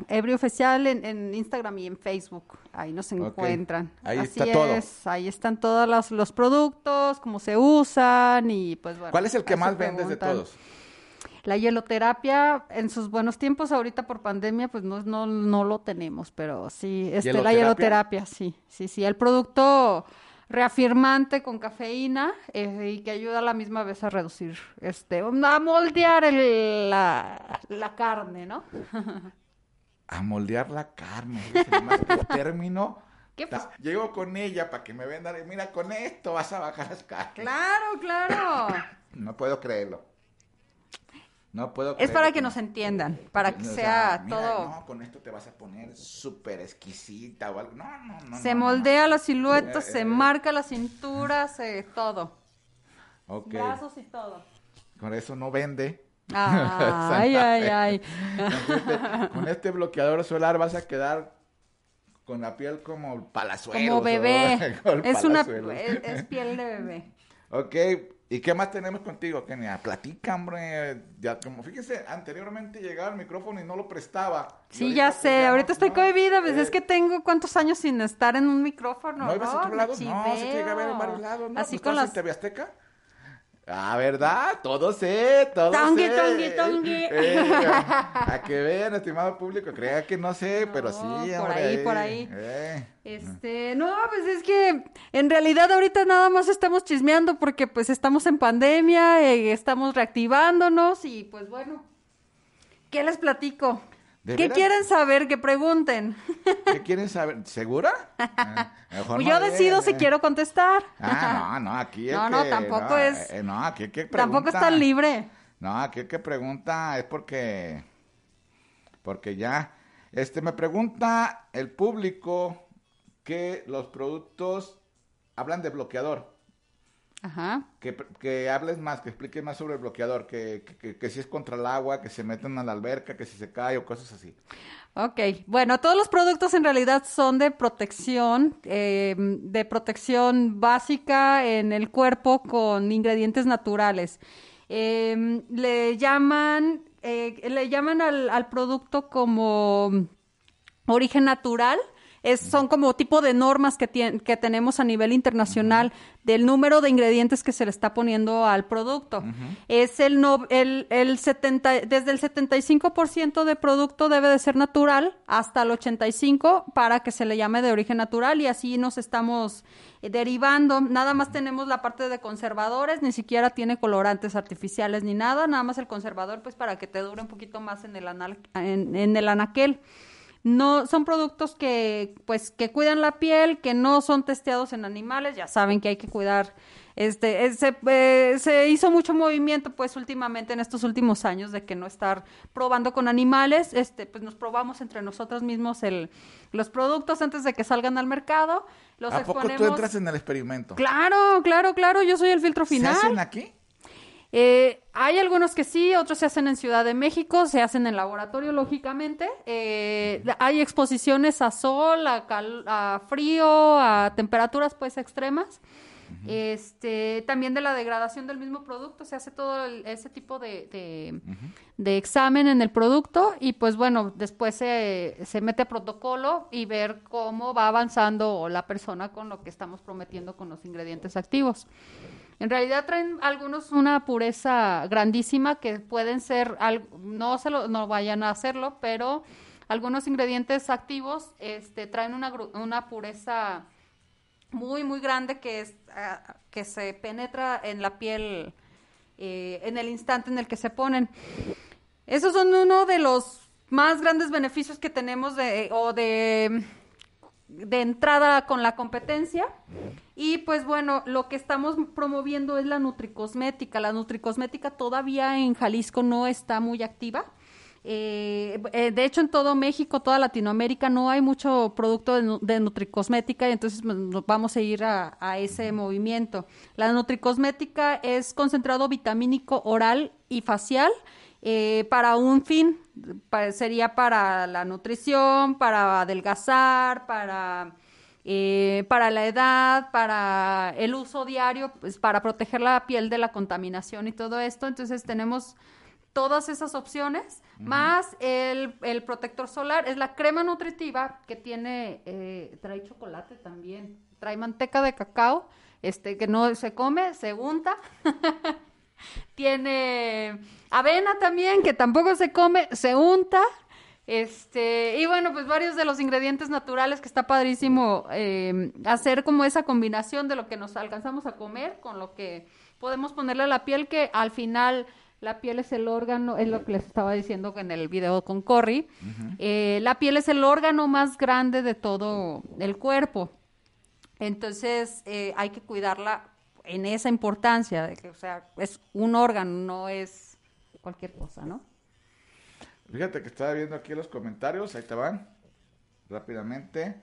Speaker 2: Every Oficial en, en Instagram y en Facebook. Ahí nos encuentran.
Speaker 1: Ahí
Speaker 2: Así
Speaker 1: está todo.
Speaker 2: es. Ahí están todos los, los productos, cómo se usan y pues bueno.
Speaker 1: ¿Cuál es el que
Speaker 2: ahí se
Speaker 1: más vendes de
Speaker 2: preguntan.
Speaker 1: todos?
Speaker 2: La hieloterapia en sus buenos tiempos, ahorita por pandemia, pues no, no, no lo tenemos, pero sí, este, la
Speaker 1: ¿Hieloterapia?
Speaker 2: hieloterapia, sí, sí, sí, el producto reafirmante con cafeína eh, y que ayuda a la misma vez a reducir, este, a moldear el- la, la carne, ¿no?
Speaker 1: a moldear la carne. Es el más término.
Speaker 2: ¿Qué
Speaker 1: Ta-
Speaker 2: pues?
Speaker 1: Llego con ella para que me vendan. y Mira, con esto vas a bajar las carnes.
Speaker 2: Claro, claro.
Speaker 1: No puedo creerlo. No puedo
Speaker 2: Es
Speaker 1: creerlo.
Speaker 2: para que nos entiendan, para que
Speaker 1: O sea,
Speaker 2: sea
Speaker 1: mira,
Speaker 2: todo.
Speaker 1: No, con esto te vas a poner súper exquisita o algo. No, no, no.
Speaker 2: Se
Speaker 1: no, no,
Speaker 2: moldea la silueta,
Speaker 1: Eh, eh,
Speaker 2: se
Speaker 1: eh.
Speaker 2: marca la cintura, se todo.
Speaker 1: no. Ok.
Speaker 2: Brazos y todo.
Speaker 1: Con eso no vende.
Speaker 2: Ay, ay, ay.
Speaker 1: Este- con este bloqueador solar vas a quedar con la piel como palazuelos.
Speaker 2: Como
Speaker 1: o-
Speaker 2: bebé.
Speaker 1: con
Speaker 2: Es una
Speaker 1: palazuelos.
Speaker 2: es, es piel de bebé.
Speaker 1: Ok, ¿y qué más tenemos contigo, Kenia? Platica, hombre. Ya, como fíjese, anteriormente llegaba el micrófono y no lo prestaba. Y
Speaker 2: Sí,
Speaker 1: ahorita,
Speaker 2: ya
Speaker 1: pues,
Speaker 2: sé,
Speaker 1: no-
Speaker 2: ahorita estoy
Speaker 1: no,
Speaker 2: cohibida, pues
Speaker 1: eh,
Speaker 2: es que tengo cuántos años sin estar en un micrófono.
Speaker 1: ¿No ibas a otros
Speaker 2: me
Speaker 1: lados? No, sí te llegué a ver en
Speaker 2: chiveo.
Speaker 1: varios lados, ¿no?
Speaker 2: Así
Speaker 1: Pues,
Speaker 2: con
Speaker 1: ¿estabas en
Speaker 2: las...
Speaker 1: TV Azteca? Ah, ¿verdad? Todo sé, todo
Speaker 2: Tongui,
Speaker 1: sé.
Speaker 2: tongui, tongui.
Speaker 1: Eh, a que vean, estimado público, crea que no sé, pero sí,
Speaker 2: No, por
Speaker 1: hombre,
Speaker 2: ahí, por ahí.
Speaker 1: eh.
Speaker 2: Este, no, pues es que en realidad ahorita nada más estamos chismeando porque pues estamos en pandemia, eh, estamos reactivándonos y pues bueno, ¿qué les platico?
Speaker 1: ¿De
Speaker 2: ¿Qué
Speaker 1: veras?
Speaker 2: quieren saber? Que pregunten.
Speaker 1: ¿Qué quieren saber? ¿Segura? Eh, mejor
Speaker 2: Pues
Speaker 1: no
Speaker 2: yo
Speaker 1: digan,
Speaker 2: decido si
Speaker 1: eh.
Speaker 2: quiero contestar.
Speaker 1: Ah, no, no, aquí es
Speaker 2: No, no,
Speaker 1: que-
Speaker 2: tampoco es-
Speaker 1: eh, no, aquí es que
Speaker 2: Tampoco es
Speaker 1: pregunta.
Speaker 2: tan libre.
Speaker 1: No, aquí el que pregunta es porque. Porque ya. Este, me pregunta el público que los productos hablan de bloqueador.
Speaker 2: Ajá.
Speaker 1: Que, que hables más, que expliques más sobre el bloqueador. Que, que- que- que si es contra el agua, que se meten a la alberca, que si se cae o cosas así.
Speaker 2: Ok, bueno, todos los productos en realidad son de protección, eh, de protección básica en el cuerpo con ingredientes naturales. Eh, le llaman, eh, le llaman al, al producto como origen natural. Es, son como tipo de normas que, tien- que tenemos a nivel internacional del número de ingredientes que se le está poniendo al producto. Es el, no, el, el 70, desde el 75% de producto debe de ser natural hasta el 85% para que se le llame de origen natural y así nos estamos eh, derivando. Nada más tenemos la parte de conservadores, ni siquiera tiene colorantes artificiales ni nada, nada más el conservador pues para que te dure un poquito más en el, anal- en- en el anaquel. No, son productos que, pues, que cuidan la piel, que no son testeados en animales, ya saben que hay que cuidar. Este, eh, se, eh, se hizo mucho movimiento, pues, últimamente, en estos últimos años, de que no estar probando con animales, este, pues, nos probamos entre nosotros mismos el, los productos antes de que salgan al mercado, los
Speaker 1: ¿A poco
Speaker 2: exponemos.
Speaker 1: tú entras en el experimento?
Speaker 2: Claro, claro, claro, yo soy el filtro final.
Speaker 1: ¿Se hacen aquí?
Speaker 2: Eh, hay algunos que sí, otros se hacen en Ciudad de México, se hacen en laboratorio, lógicamente. Eh, hay exposiciones a sol, a, cal- a frío, a temperaturas pues extremas. Este, también de la degradación del mismo producto, se hace todo el- ese tipo de, de- de examen en el producto y pues bueno, después se, se mete a protocolo y ver cómo va avanzando la persona con lo que estamos prometiendo con los ingredientes activos. En realidad traen algunos una pureza grandísima que pueden ser, al- no se lo, no vayan a hacerlo, pero algunos ingredientes activos este, traen una, gru- una pureza muy, muy grande que, es, ah, que se penetra en la piel eh, en el instante en el que se ponen. Esos son uno de los más grandes beneficios que tenemos de, o de, de entrada con la competencia. Y pues bueno, lo que estamos promoviendo es la nutricosmética. La nutricosmética todavía en Jalisco no está muy activa. Eh, eh, de hecho, en todo México, toda Latinoamérica, no hay mucho producto de, nu- de nutricosmética y entonces pues, nos vamos a ir a, a ese movimiento. La nutricosmética es concentrado vitamínico oral y facial eh, para un fin, pa- sería para la nutrición, para adelgazar, para, eh, para la edad, para el uso diario, pues, para proteger la piel de la contaminación y todo esto. Entonces tenemos todas esas opciones, más el, el protector solar, es la crema nutritiva que tiene, eh, trae chocolate también, trae manteca de cacao, este que no se come, se unta. Tiene avena también, que tampoco se come, se unta. Este, y bueno, pues varios de los ingredientes naturales que está padrísimo eh, hacer como esa combinación de lo que nos alcanzamos a comer con lo que podemos ponerle a la piel, que al final La piel es el órgano, es lo que les estaba diciendo en el video con Corry. Eh, la piel es el órgano más grande de todo el cuerpo. Entonces eh, hay que cuidarla en esa importancia, de que, o sea, es un órgano, no es cualquier cosa, ¿no?
Speaker 1: Fíjate que estaba viendo aquí los comentarios, ahí te van. Rápidamente.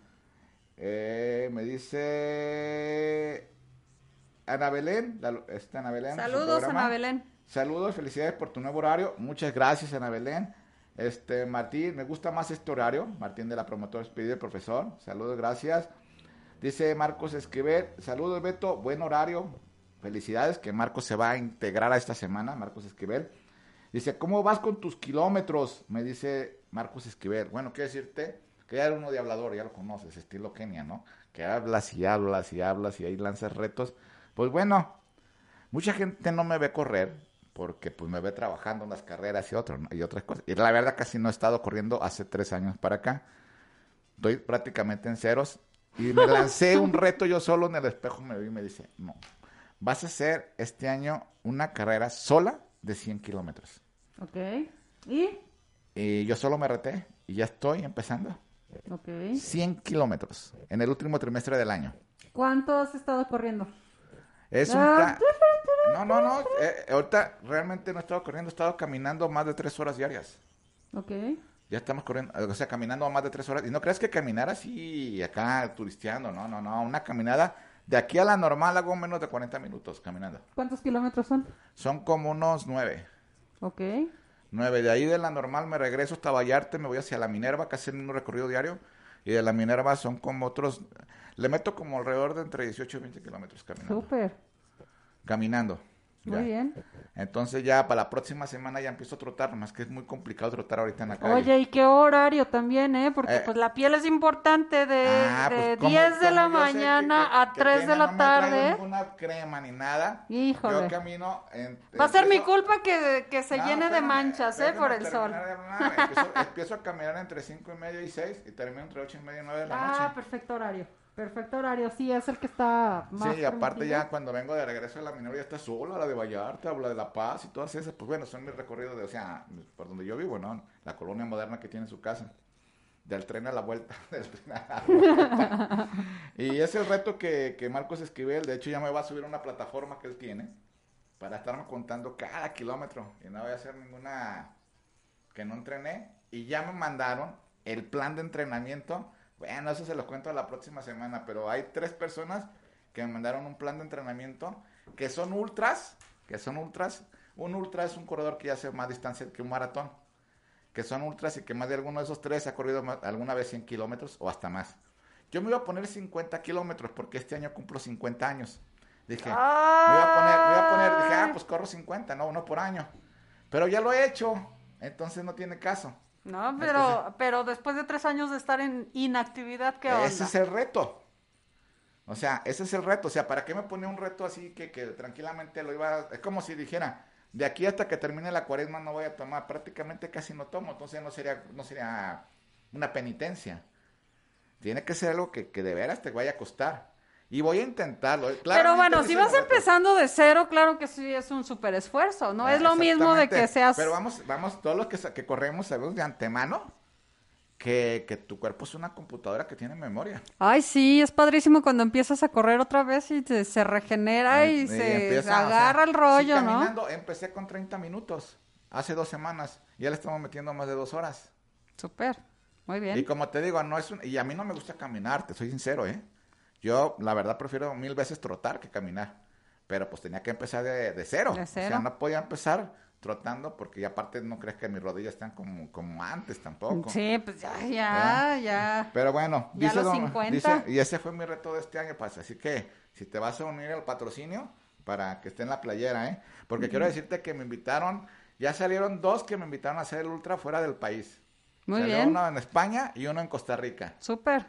Speaker 1: Eh, me dice Ana Belén, la- esta Ana Belén. su
Speaker 2: Saludos,
Speaker 1: programa.
Speaker 2: Ana Belén.
Speaker 1: Saludos, felicidades por tu nuevo horario. Muchas gracias, Ana Belén. Este, Martín, me gusta más este horario. Martín de la promotora Speedy, profesor. Saludos, gracias. Dice Marcos Esquivel, saludos Beto, buen horario. Felicidades que Marcos se va a integrar a esta semana, Marcos Esquivel. Dice, ¿cómo vas con tus kilómetros? Me dice Marcos Esquivel. Bueno, quiero decirte que ya era uno de hablador, ya lo conoces, estilo Kenia, ¿no? Que hablas y hablas y hablas y ahí lanzas retos. Pues bueno, mucha gente no me ve correr porque pues me ve trabajando unas carreras y, otro, ¿no? y otras cosas. Y la verdad casi no he estado corriendo hace tres años para acá. Estoy prácticamente en ceros. Y me lancé un reto yo solo en el espejo, me vi y me dice, no, vas a hacer este año una carrera sola de 100 kilómetros.
Speaker 2: Ok. ¿Y?
Speaker 1: Y eh, yo solo me reté y ya estoy empezando.
Speaker 2: Ok.
Speaker 1: 100 kilómetros en el último trimestre del año.
Speaker 2: ¿Cuánto has estado corriendo?
Speaker 1: Es un
Speaker 2: Ah.
Speaker 1: pla- No, no, no. eh, ahorita realmente no he estado corriendo, he estado caminando más de tres horas diarias.
Speaker 2: Ok.
Speaker 1: Ya estamos corriendo, o sea, caminando más de tres horas. Y no crees que caminar así acá turisteando, no, no, no. Una caminada de aquí a la normal hago menos de 40 minutos caminando.
Speaker 2: ¿Cuántos kilómetros son?
Speaker 1: Son como unos nueve.
Speaker 2: Ok.
Speaker 1: Nueve. De ahí de la normal me regreso hasta Vallarte, me voy hacia la Minerva, casi el mismo recorrido diario. Y de la Minerva son como otros. Le meto como alrededor de entre 18 y 20 kilómetros caminando.
Speaker 2: Súper.
Speaker 1: Caminando.
Speaker 2: Muy
Speaker 1: Ya.
Speaker 2: bien.
Speaker 1: Entonces ya para la próxima semana ya empiezo a trotar, más que es muy complicado trotar ahorita en la calle.
Speaker 2: Oye, y qué horario también, ¿eh? Porque
Speaker 1: Eh.
Speaker 2: pues la piel es importante de,
Speaker 1: Ah, pues,
Speaker 2: de
Speaker 1: ¿cómo-
Speaker 2: 10 de
Speaker 1: cómo yo
Speaker 2: la
Speaker 1: sé que-
Speaker 2: mañana
Speaker 1: que-
Speaker 2: a
Speaker 1: que
Speaker 2: 3
Speaker 1: Kenia
Speaker 2: de la
Speaker 1: no me ha traído
Speaker 2: tarde.
Speaker 1: ninguna crema ni nada.
Speaker 2: Híjole.
Speaker 1: Yo camino en-
Speaker 2: Va a ser mi
Speaker 1: empiezo-
Speaker 2: culpa que, que se
Speaker 1: No,
Speaker 2: llene de
Speaker 1: Ah, espérame,
Speaker 2: manchas, ¿eh?
Speaker 1: déjame
Speaker 2: Por el sol.
Speaker 1: terminar de hablar. Empiezo, empiezo a caminar entre cinco y media y 6 y termino entre ocho y media y 9 de la
Speaker 2: Ah,
Speaker 1: noche.
Speaker 2: perfecto horario. Perfecto horario, sí, es el que está más.
Speaker 1: Sí, y aparte
Speaker 2: permitido.
Speaker 1: ya cuando vengo de regreso de la minería está sola, la de Vallarta, o la de La Paz y todas esas, pues bueno, son mis recorridos de, o sea, por donde yo vivo, ¿no? La colonia moderna que tiene su casa. Del tren a la vuelta, del tren a la vuelta. Y es el reto que, que Marcos Esquivel, de hecho ya me va a subir a una plataforma que él tiene para estarme contando cada kilómetro. Y no voy a hacer ninguna que no entrené. Y ya me mandaron el plan de entrenamiento. Bueno, eso se los cuento la próxima semana, pero hay tres personas que me mandaron un plan de entrenamiento que son ultras, que son ultras. Un ultra es un corredor que ya hace más distancia que un maratón que son ultras y que más de alguno de esos tres ha corrido ma- alguna vez 100 kilómetros o hasta más. Yo me iba a poner 50 kilómetros porque este año cumplo 50 años. Dije, me iba a poner, me iba a poner, dije, ah, pues corro 50, no, uno por año. Pero ya lo he hecho, entonces no tiene caso.
Speaker 2: No, pero, pero después de tres años de estar en inactividad, ¿qué onda?
Speaker 1: Ese es el reto. O sea, ese es el reto. O sea, ¿para qué me ponía un reto así que, que tranquilamente lo iba a- Es como si dijera, de aquí hasta que termine la cuaresma no voy a tomar. Prácticamente casi no tomo. Entonces no sería, no sería una penitencia. Tiene que ser algo que, que de veras te vaya a costar. Y voy a intentarlo. eh,
Speaker 2: Pero
Speaker 1: Claramente
Speaker 2: bueno,
Speaker 1: ese
Speaker 2: si
Speaker 1: es el
Speaker 2: vas
Speaker 1: reto.
Speaker 2: empezando de cero, claro que sí es un súper esfuerzo, ¿no?
Speaker 1: Ah,
Speaker 2: es lo mismo de que
Speaker 1: exactamente.
Speaker 2: seas...
Speaker 1: Pero vamos, vamos, todos los que, sa- que corremos sabemos de antemano que, que tu cuerpo es una computadora que tiene memoria.
Speaker 2: Ay, sí, es padrísimo cuando empiezas a correr otra vez y te- se regenera y,
Speaker 1: Y
Speaker 2: se
Speaker 1: empieza, o sea,
Speaker 2: agarra el
Speaker 1: sí,
Speaker 2: rollo, ¿no?
Speaker 1: caminando, Empecé con 30 minutos hace dos semanas. Ya le estamos metiendo más de dos horas.
Speaker 2: Súper, muy
Speaker 1: Y
Speaker 2: bien.
Speaker 1: como te digo, no es un- y a mí no me gusta caminar, te soy sincero, ¿eh? Yo, la verdad, prefiero mil veces trotar que caminar. Pero pues tenía que empezar de, de cero.
Speaker 2: De
Speaker 1: O
Speaker 2: cero.
Speaker 1: sea, no podía empezar trotando porque y aparte no crees que mis rodillas están como, como antes tampoco.
Speaker 2: Sí, pues ya, ya, ya.
Speaker 1: Ah, Pero bueno,
Speaker 2: Ya
Speaker 1: dice
Speaker 2: los
Speaker 1: don-
Speaker 2: 50.
Speaker 1: dice- y ese fue mi reto de este año, pues. Así que si te vas a unir al patrocinio, para que esté en la playera, ¿eh? Porque quiero decirte que me invitaron, ya salieron dos que me invitaron a hacer el ultra fuera del país.
Speaker 2: Muy
Speaker 1: Salió
Speaker 2: bien.
Speaker 1: Uno en España y uno en Costa Rica.
Speaker 2: Súper.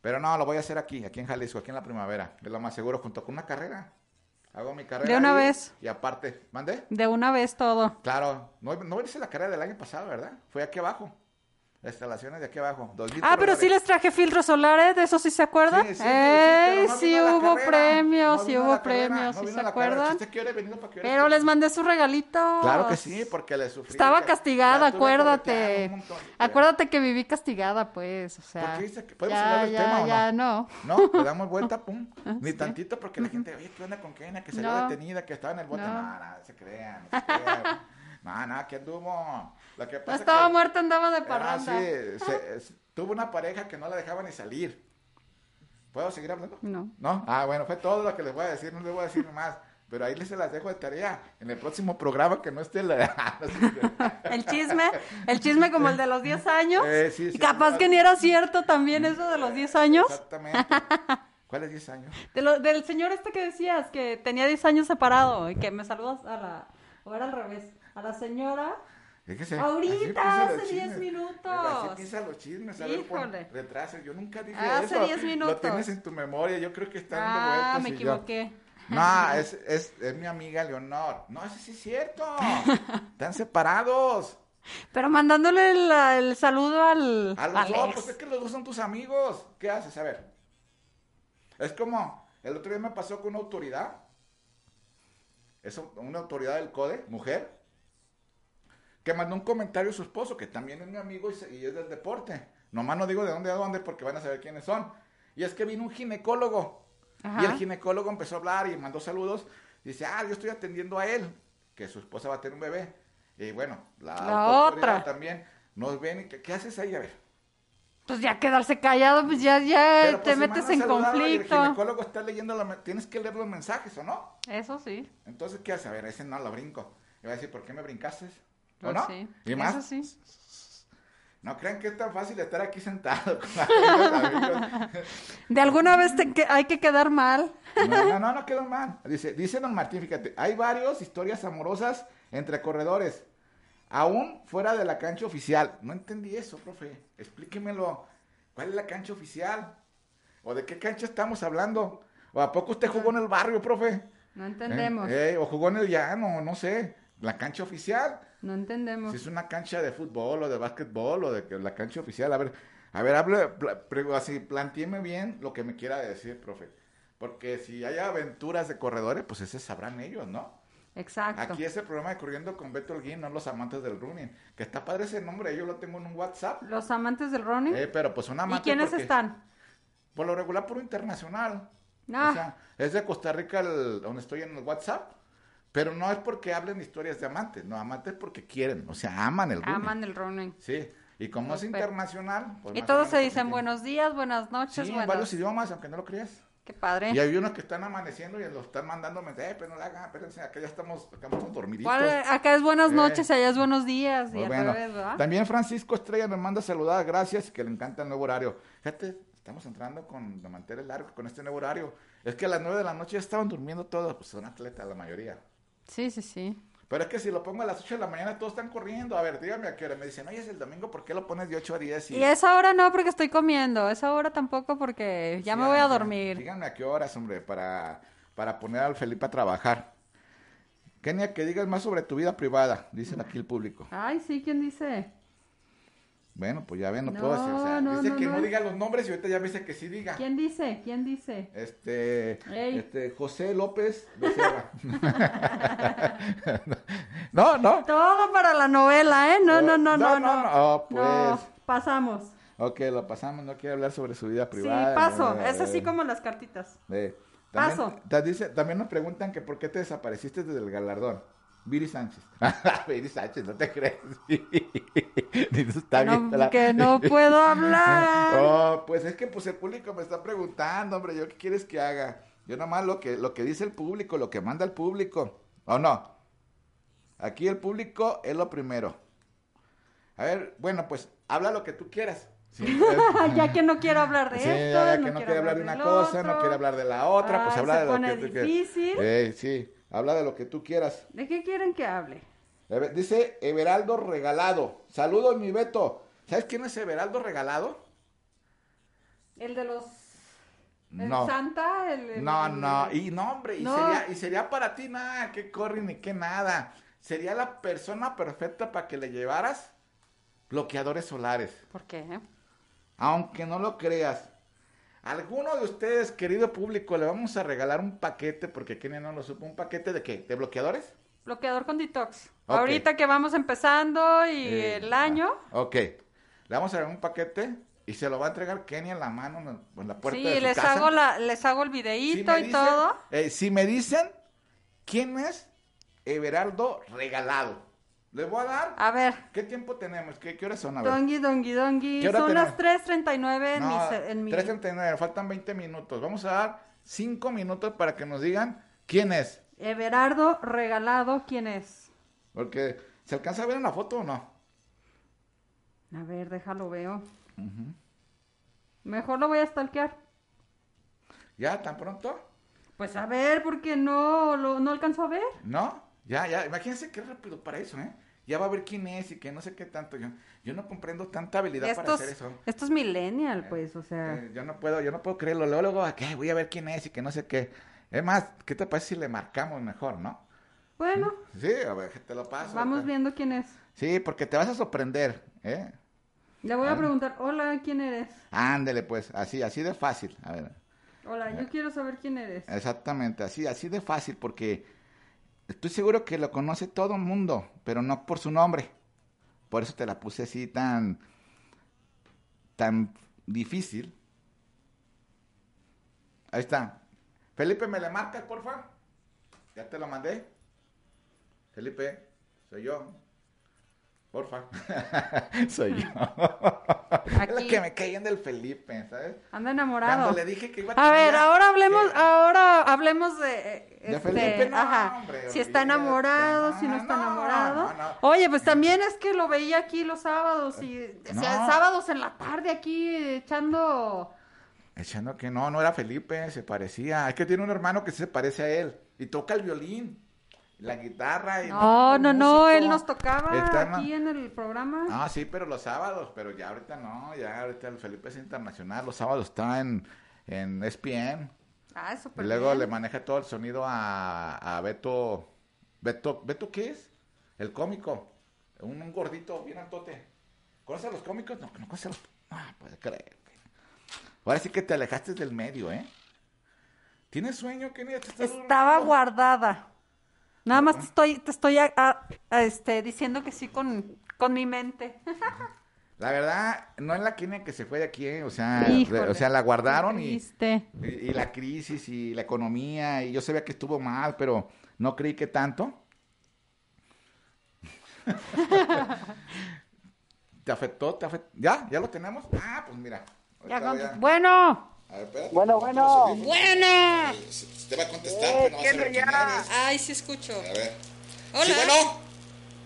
Speaker 1: Pero no, lo voy a hacer aquí, aquí en Jalisco, aquí en la primavera. Es lo más seguro, junto con una carrera. Hago mi carrera.
Speaker 2: De una
Speaker 1: ahí,
Speaker 2: vez.
Speaker 1: Y aparte, mandé.
Speaker 2: De una vez todo.
Speaker 1: Claro, no, no hice la carrera del año pasado, ¿verdad? Fue aquí abajo. Las instalaciones de aquí abajo. dos mil
Speaker 2: Ah, pero
Speaker 1: dólares.
Speaker 2: sí les traje filtros solares, de eso sí se acuerdan.
Speaker 1: Sí, sí, sí, sí,
Speaker 2: ¡Ey!
Speaker 1: pero no
Speaker 2: Eh, Sí
Speaker 1: vino la
Speaker 2: hubo
Speaker 1: carrera,
Speaker 2: premios,
Speaker 1: no
Speaker 2: sí
Speaker 1: vino
Speaker 2: hubo
Speaker 1: la carrera,
Speaker 2: premios,
Speaker 1: no
Speaker 2: sí
Speaker 1: vino
Speaker 2: se
Speaker 1: la carrera.
Speaker 2: acuerdan.
Speaker 1: Chiste que hubiera venido para que hubiera
Speaker 2: Pero
Speaker 1: hecho-
Speaker 2: les mandé sus regalitos.
Speaker 1: Claro que sí, porque le sufrí.
Speaker 2: Estaba
Speaker 1: que-
Speaker 2: castigada,
Speaker 1: la tuve correteada
Speaker 2: acuérdate.
Speaker 1: un montón.
Speaker 2: Acuérdate que viví castigada, pues, o sea.
Speaker 1: ¿Por qué dice que podemos
Speaker 2: ya,
Speaker 1: hablar del
Speaker 2: ya,
Speaker 1: tema o no?
Speaker 2: ya, no?
Speaker 1: No, le damos vuelta, pum. Ni tantito porque la gente, oye, ¿qué onda con Kena? Que salió
Speaker 2: No.
Speaker 1: detenida, que estaba en el bote.
Speaker 2: No.
Speaker 1: No, no, no se crean. No, se crean. no, no, ¿qué anduvo? Lo que
Speaker 2: No
Speaker 1: pasa
Speaker 2: estaba
Speaker 1: que,
Speaker 2: muerta, andaba de
Speaker 1: Ah,
Speaker 2: parranda.
Speaker 1: sí, se- es- tuvo una pareja que no la dejaba ni salir. ¿Puedo seguir hablando?
Speaker 2: No.
Speaker 1: ¿No? Ah, bueno, fue todo lo que les voy a decir, no les voy a decir más. Pero ahí les se las dejo de tarea. En el próximo programa que no esté la... no sé.
Speaker 2: El chisme, el chisme como el de los 10 años.
Speaker 1: Eh, sí, sí,
Speaker 2: y capaz
Speaker 1: no.
Speaker 2: que ni era cierto también eso de los 10 años.
Speaker 1: Exactamente. ¿Cuáles 10 años?
Speaker 2: De lo- del señor este que decías, que tenía 10 años separado y que me saludas a la... O era al revés, a la señora.
Speaker 1: Fíjese,
Speaker 2: Ahorita,
Speaker 1: así empiezan los
Speaker 2: hace 10
Speaker 1: chismes.
Speaker 2: minutos.
Speaker 1: Así empiezan los chismes. A ver, pon
Speaker 2: Híjole.
Speaker 1: retraso. Yo nunca dije
Speaker 2: Hace
Speaker 1: eso.
Speaker 2: 10
Speaker 1: Lo
Speaker 2: minutos.
Speaker 1: tienes en tu memoria. Yo creo que están dando
Speaker 2: Ah,
Speaker 1: vueltas
Speaker 2: me
Speaker 1: y yo-
Speaker 2: equivoqué.
Speaker 1: No, es, es, es mi amiga Leonor. No, eso sí es cierto. Están separados.
Speaker 2: Pero mandándole el, el saludo al...
Speaker 1: A los
Speaker 2: al
Speaker 1: dos,
Speaker 2: ex.
Speaker 1: pues es que los dos son tus amigos. ¿Qué haces? A ver. Es como, el otro día me pasó con una autoridad. Es un- una autoridad del CODE, mujer. Que mandó un comentario a su esposo, que también es mi amigo y, se- y es del deporte. Nomás no digo de dónde a dónde porque van a saber quiénes son. Y es que vino un ginecólogo. Y el
Speaker 2: Ajá.
Speaker 1: ginecólogo empezó a hablar y mandó saludos. Dice, ah, yo estoy atendiendo a él, que su esposa va a tener un bebé. Y bueno, la,
Speaker 2: La
Speaker 1: autoridad
Speaker 2: otra.
Speaker 1: también nos ven y que, ¿qué haces ahí? A ver.
Speaker 2: Pues ya quedarse callado, pues ya, ya
Speaker 1: Pero,
Speaker 2: te
Speaker 1: pues, si
Speaker 2: metes
Speaker 1: mandas
Speaker 2: en
Speaker 1: saludarlo y
Speaker 2: conflicto.
Speaker 1: El ginecólogo está leyendo, la me- tienes que leer los mensajes, ¿o no?
Speaker 2: Eso sí.
Speaker 1: Entonces, ¿qué haces? A ver, ese no lo brinco. Y va a decir, ¿por qué me brincaste? ¿O
Speaker 2: Pues
Speaker 1: no?
Speaker 2: sí.
Speaker 1: ¿Y más?
Speaker 2: Eso sí.
Speaker 1: No crean que es tan fácil estar aquí sentado. con amigos, amigos.
Speaker 2: De alguna vez te que- hay que quedar mal.
Speaker 1: No, no, no, no quedó mal. Dice, dice Don Martín, fíjate, hay varias historias amorosas entre corredores, aún fuera de la cancha oficial. No entendí eso, profe. Explíquemelo. ¿Cuál es la cancha oficial? ¿O de qué cancha estamos hablando? ¿O a poco usted jugó en el barrio, profe?
Speaker 2: No entendemos.
Speaker 1: Eh, eh, o jugó en el llano, no sé. La cancha oficial.
Speaker 2: No entendemos.
Speaker 1: Si es una cancha de fútbol o de básquetbol o de que- la cancha oficial, a ver, a ver, hable, pla- pre- así, planteeme bien lo que me quiera decir, profe. Porque si hay aventuras de corredores, pues ese sabrán ellos, ¿no?
Speaker 2: Exacto.
Speaker 1: Aquí es el programa de Corriendo con Beto Holguín, no los amantes del running. Que está padre ese nombre, yo lo tengo en un WhatsApp.
Speaker 2: Los amantes del running.
Speaker 1: Eh, pero pues son
Speaker 2: ¿Y
Speaker 1: amantes.
Speaker 2: quiénes
Speaker 1: porque-
Speaker 2: están?
Speaker 1: Por lo regular, puro internacional.
Speaker 2: Ah.
Speaker 1: O sea, es de Costa Rica el- donde estoy en el WhatsApp. Pero no es porque hablen historias de amantes, no, amantes porque quieren, o sea, aman el running.
Speaker 2: Aman el running.
Speaker 1: Sí, y como es
Speaker 2: Súper.
Speaker 1: internacional. pues,
Speaker 2: Y
Speaker 1: más o
Speaker 2: todos
Speaker 1: menos
Speaker 2: se
Speaker 1: así
Speaker 2: dicen
Speaker 1: que-
Speaker 2: buenos días, buenas
Speaker 1: Sí,
Speaker 2: noches,
Speaker 1: en
Speaker 2: buenas.
Speaker 1: varios idiomas, aunque no lo creas.
Speaker 2: Qué padre.
Speaker 1: Y hay unos que están amaneciendo y los están mandando mensajes, eh, pero no la hagan, espérense, acá ya estamos, acá estamos dormiditos.
Speaker 2: ¿Cuál- acá es buenas
Speaker 1: Eh.
Speaker 2: noches, allá es buenos días. Y
Speaker 1: Pues
Speaker 2: al
Speaker 1: bueno,
Speaker 2: revés, ¿verdad?
Speaker 1: también Francisco Estrella nos manda saludar, gracias, que le encanta el nuevo horario. Fíjate, estamos entrando con de manteles largos con este nuevo horario. Es que a las 9 de la noche ya estaban durmiendo todos, pues son atletas la mayoría.
Speaker 2: Sí, sí, sí.
Speaker 1: Pero es que si lo pongo a las 8 de la mañana todos están corriendo. A ver, dígame a qué hora. Me dicen, oye, es el domingo, ¿por qué lo pones de 8 a 10?
Speaker 2: Y esa hora no, porque estoy comiendo. Esa hora tampoco, porque ya me voy
Speaker 1: ah,
Speaker 2: a dormir.
Speaker 1: Díganme a qué horas, hombre, para, para poner al Felipe a trabajar. Kenia, que digas más sobre tu vida privada, dicen aquí el público.
Speaker 2: Ay, sí, ¿quién dice?
Speaker 1: Bueno, pues ya ven, no,
Speaker 2: No,
Speaker 1: puedo decir. O sea,
Speaker 2: no,
Speaker 1: dice
Speaker 2: no,
Speaker 1: que no.
Speaker 2: no.
Speaker 1: diga los nombres y ahorita ya me dice que sí diga.
Speaker 2: ¿Quién dice? ¿Quién dice?
Speaker 1: Este,
Speaker 2: Ey.
Speaker 1: este, José López Becerra. no, no.
Speaker 2: Todo para la novela, ¿eh? No, no, no, no, no.
Speaker 1: Oh, no, no. Oh, pues.
Speaker 2: pasamos.
Speaker 1: Ok, lo pasamos, no quiere hablar sobre su vida
Speaker 2: Sí,
Speaker 1: privada.
Speaker 2: paso.
Speaker 1: no,
Speaker 2: Es así
Speaker 1: eh.
Speaker 2: como las cartitas.
Speaker 1: Eh, también,
Speaker 2: Paso.
Speaker 1: ta- dice- también nos preguntan que por qué te desapareciste desde el galardón. Viri Sánchez. Viri Sánchez, no te crees. Dice, está
Speaker 2: Que no-
Speaker 1: bien, la-
Speaker 2: que no puedo hablar.
Speaker 1: Oh, pues es que pues el público me está preguntando, hombre, ¿yo qué quieres que haga? Yo nomás lo que, lo que dice el público, lo que manda el público. ¿O no? Aquí el público es lo primero. A ver, bueno, pues habla lo que tú quieras. Sí,
Speaker 2: ya que no quiero hablar de
Speaker 1: Sí,
Speaker 2: esto,
Speaker 1: ya
Speaker 2: no
Speaker 1: que no
Speaker 2: quiero
Speaker 1: quiere hablar de una
Speaker 2: del
Speaker 1: cosa, no
Speaker 2: otro.
Speaker 1: quiere hablar de la otra, pues
Speaker 2: Ay,
Speaker 1: habla
Speaker 2: se
Speaker 1: de lo
Speaker 2: pone
Speaker 1: que tú quieras.
Speaker 2: difícil.
Speaker 1: Eh, sí, habla de lo que tú quieras.
Speaker 2: ¿De qué quieren que hable?
Speaker 1: A ver, Dice Everaldo Regalado. Saludos, mi Beto. ¿Sabes quién es Everaldo Regalado?
Speaker 2: ¿El de los... el
Speaker 1: No.
Speaker 2: Santa? El, el-
Speaker 1: No, no, y no, hombre, y,
Speaker 2: No.
Speaker 1: Sería, y sería para ti nada, que corre ni que nada. Sería la persona perfecta para que le llevaras Bloqueadores solares.
Speaker 2: ¿Por qué?
Speaker 1: Aunque no lo creas, alguno de ustedes, querido público, le vamos a regalar un paquete, porque Kenia no lo supo, un paquete de qué? ¿De bloqueadores?
Speaker 2: Bloqueador con detox.
Speaker 1: Ok.
Speaker 2: Ahorita que vamos empezando y
Speaker 1: Eh,
Speaker 2: el año.
Speaker 1: ah, ok. Le vamos a regalar un paquete y se lo va a entregar Kenia en la mano, en la- en la puerta de
Speaker 2: Sí,
Speaker 1: su
Speaker 2: les
Speaker 1: casa.
Speaker 2: hago la, les hago el
Speaker 1: Si me
Speaker 2: videíto y
Speaker 1: dicen-
Speaker 2: todo.
Speaker 1: eh, si me dicen quién es Everardo Regalado, le voy a dar.
Speaker 2: A ver,
Speaker 1: ¿Qué tiempo tenemos? ¿Qué, qué horas son? A ver.
Speaker 2: dongui, dongui, dongui.
Speaker 1: ¿Qué hora
Speaker 2: Son las
Speaker 1: tenemos?
Speaker 2: 3.39 en
Speaker 1: No,
Speaker 2: mi... se- En mi...
Speaker 1: 3.39, faltan 20 minutos. Vamos a dar 5 minutos para que nos digan quién es.
Speaker 2: Everardo Regalado, ¿quién es?
Speaker 1: Porque, ¿se alcanza a ver en la foto o no?
Speaker 2: A ver, déjalo veo. Mejor lo voy a stalkear.
Speaker 1: ¿Ya tan pronto?
Speaker 2: Pues a ver, porque no lo, no alcanzó a ver.
Speaker 1: ¿No? Ya, ya. Imagínense qué rápido para eso, ¿eh? Ya va a ver quién es y que no sé qué tanto. Yo, yo no comprendo tanta habilidad para
Speaker 2: Estos,
Speaker 1: hacer eso.
Speaker 2: estos millennial, pues, o sea.
Speaker 1: Eh, yo no puedo, yo no puedo creerlo. Luego, luego, ¿a qué? Voy a ver quién es y que no sé qué. Es más, ¿qué te parece si le marcamos mejor, no?
Speaker 2: bueno,
Speaker 1: Sí, a ver, te lo paso.
Speaker 2: vamos
Speaker 1: ahorita.
Speaker 2: viendo quién es.
Speaker 1: Sí, porque te vas a sorprender, ¿eh?
Speaker 2: Le voy a preguntar, hola, ¿quién eres?
Speaker 1: Ándele, pues, así, así de fácil. A ver,
Speaker 2: Hola, yo quiero saber quién eres.
Speaker 1: exactamente, así, así de fácil, porque estoy seguro que lo conoce todo el mundo, pero no por su nombre. Por eso te la puse así tan, tan difícil. Ahí está. Felipe, ¿me le marcas, porfa? Ya te lo mandé. Felipe, soy yo. Porfa. soy yo. Es
Speaker 2: Aquí.
Speaker 1: lo que me caían del Felipe, ¿sabes?
Speaker 2: Anda
Speaker 1: Cuando
Speaker 2: enamorado.
Speaker 1: le dije que iba a
Speaker 2: A
Speaker 1: tener-
Speaker 2: ver, ahora hablemos,
Speaker 1: que-
Speaker 2: ahora hablemos de, eh,
Speaker 1: De
Speaker 2: este,
Speaker 1: Felipe, no,
Speaker 2: ajá,
Speaker 1: hombre,
Speaker 2: si está
Speaker 1: olvídate,
Speaker 2: enamorado, si no
Speaker 1: no,
Speaker 2: está
Speaker 1: no,
Speaker 2: enamorado.
Speaker 1: no, no.
Speaker 2: Oye, pues también es que lo veía aquí los sábados y o sea,
Speaker 1: No.
Speaker 2: sábados en la tarde aquí echando
Speaker 1: Echando que no, no era Felipe, se parecía. Es que tiene un hermano que se parece a él y toca el violín, la guitarra. Y
Speaker 2: No, no, no,
Speaker 1: músico.
Speaker 2: él nos tocaba
Speaker 1: Está en la-
Speaker 2: aquí en el programa.
Speaker 1: Ah, sí, pero los sábados, pero ya ahorita no, ya ahorita el Felipe es internacional, los sábados está en, en E ESPN.
Speaker 2: Ah, es
Speaker 1: Y
Speaker 2: súper
Speaker 1: luego
Speaker 2: bien.
Speaker 1: le maneja todo el sonido a, a Beto. Beto, ¿Beto qué es? El cómico. Un, un gordito, bien altote. ¿Conoces a los cómicos? No, no conoces a los. Ah, puede creer. Ahora sí que te alejaste del medio, ¿eh? ¿Tienes sueño, Kenia? ¿Te estás
Speaker 2: Estaba
Speaker 1: durmiendo?
Speaker 2: guardada. Nada más te estoy, te estoy a- a- a, este, diciendo que sí con, con mi mente.
Speaker 1: La verdad, no es la Kenia que se fue de aquí, ¿eh? O sea,
Speaker 2: Híjole,
Speaker 1: o sea la guardaron
Speaker 2: qué
Speaker 1: y.
Speaker 2: triste.
Speaker 1: Y, y la crisis y la economía, y yo sabía que estuvo mal, pero no creí que tanto. ¿Te afectó? ¿Te afectó? ¿Ya? ¿Ya lo tenemos? Ah, pues mira.
Speaker 2: Ya
Speaker 1: Ahorita
Speaker 2: con-
Speaker 1: voy a-
Speaker 2: Bueno.
Speaker 1: a ver, espérate, ponte
Speaker 3: Bueno, Eh,
Speaker 1: los
Speaker 3: bueno.
Speaker 1: audífonos.
Speaker 2: Buena.
Speaker 1: Eh, Se- Te va a contestar, pero no vas a ver quién eres.
Speaker 2: Ay, sí escucho.
Speaker 1: A ver.
Speaker 2: Hola.
Speaker 1: Sí, bueno.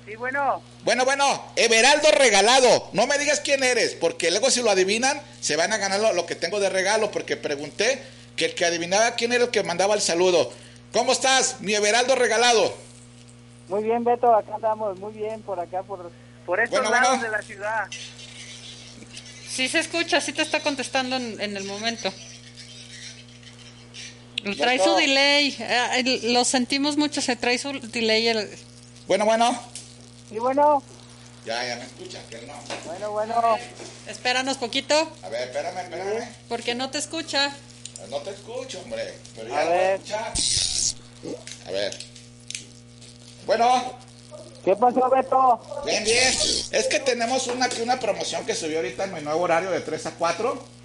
Speaker 3: Sí, bueno,
Speaker 1: Bueno, bueno, Everaldo regalado. No me digas quién eres, porque luego si lo adivinan, se van a ganar lo, lo que tengo de regalo, porque pregunté que el que adivinaba quién era el que mandaba el saludo. ¿Cómo estás, mi Everaldo regalado?
Speaker 3: muy bien, Beto, acá andamos, muy bien por acá, por, por estos
Speaker 1: Bueno,
Speaker 3: lados
Speaker 1: bueno.
Speaker 3: de la ciudad.
Speaker 2: Sí se escucha, sí te está contestando en, en el momento. Trae su
Speaker 3: Beto.
Speaker 2: delay, ah, el- lo sentimos mucho, se trae su delay. el-
Speaker 1: Bueno, bueno.
Speaker 3: Sí, bueno,
Speaker 1: Ya, ya me escuchas, que no.
Speaker 3: bueno, bueno.
Speaker 2: Espéranos poquito,
Speaker 1: A ver, espérame, espérame.
Speaker 2: porque no te escucha.
Speaker 1: No te escucho, hombre. Pero
Speaker 3: A
Speaker 1: ya lo voy a
Speaker 3: ver.
Speaker 1: escuchar. A ver. Bueno,
Speaker 3: ¿Qué pasó, Beto?
Speaker 1: bien, bien. Es que tenemos una, aquí una promoción que subió ahorita en mi nuevo horario de 3 a 4.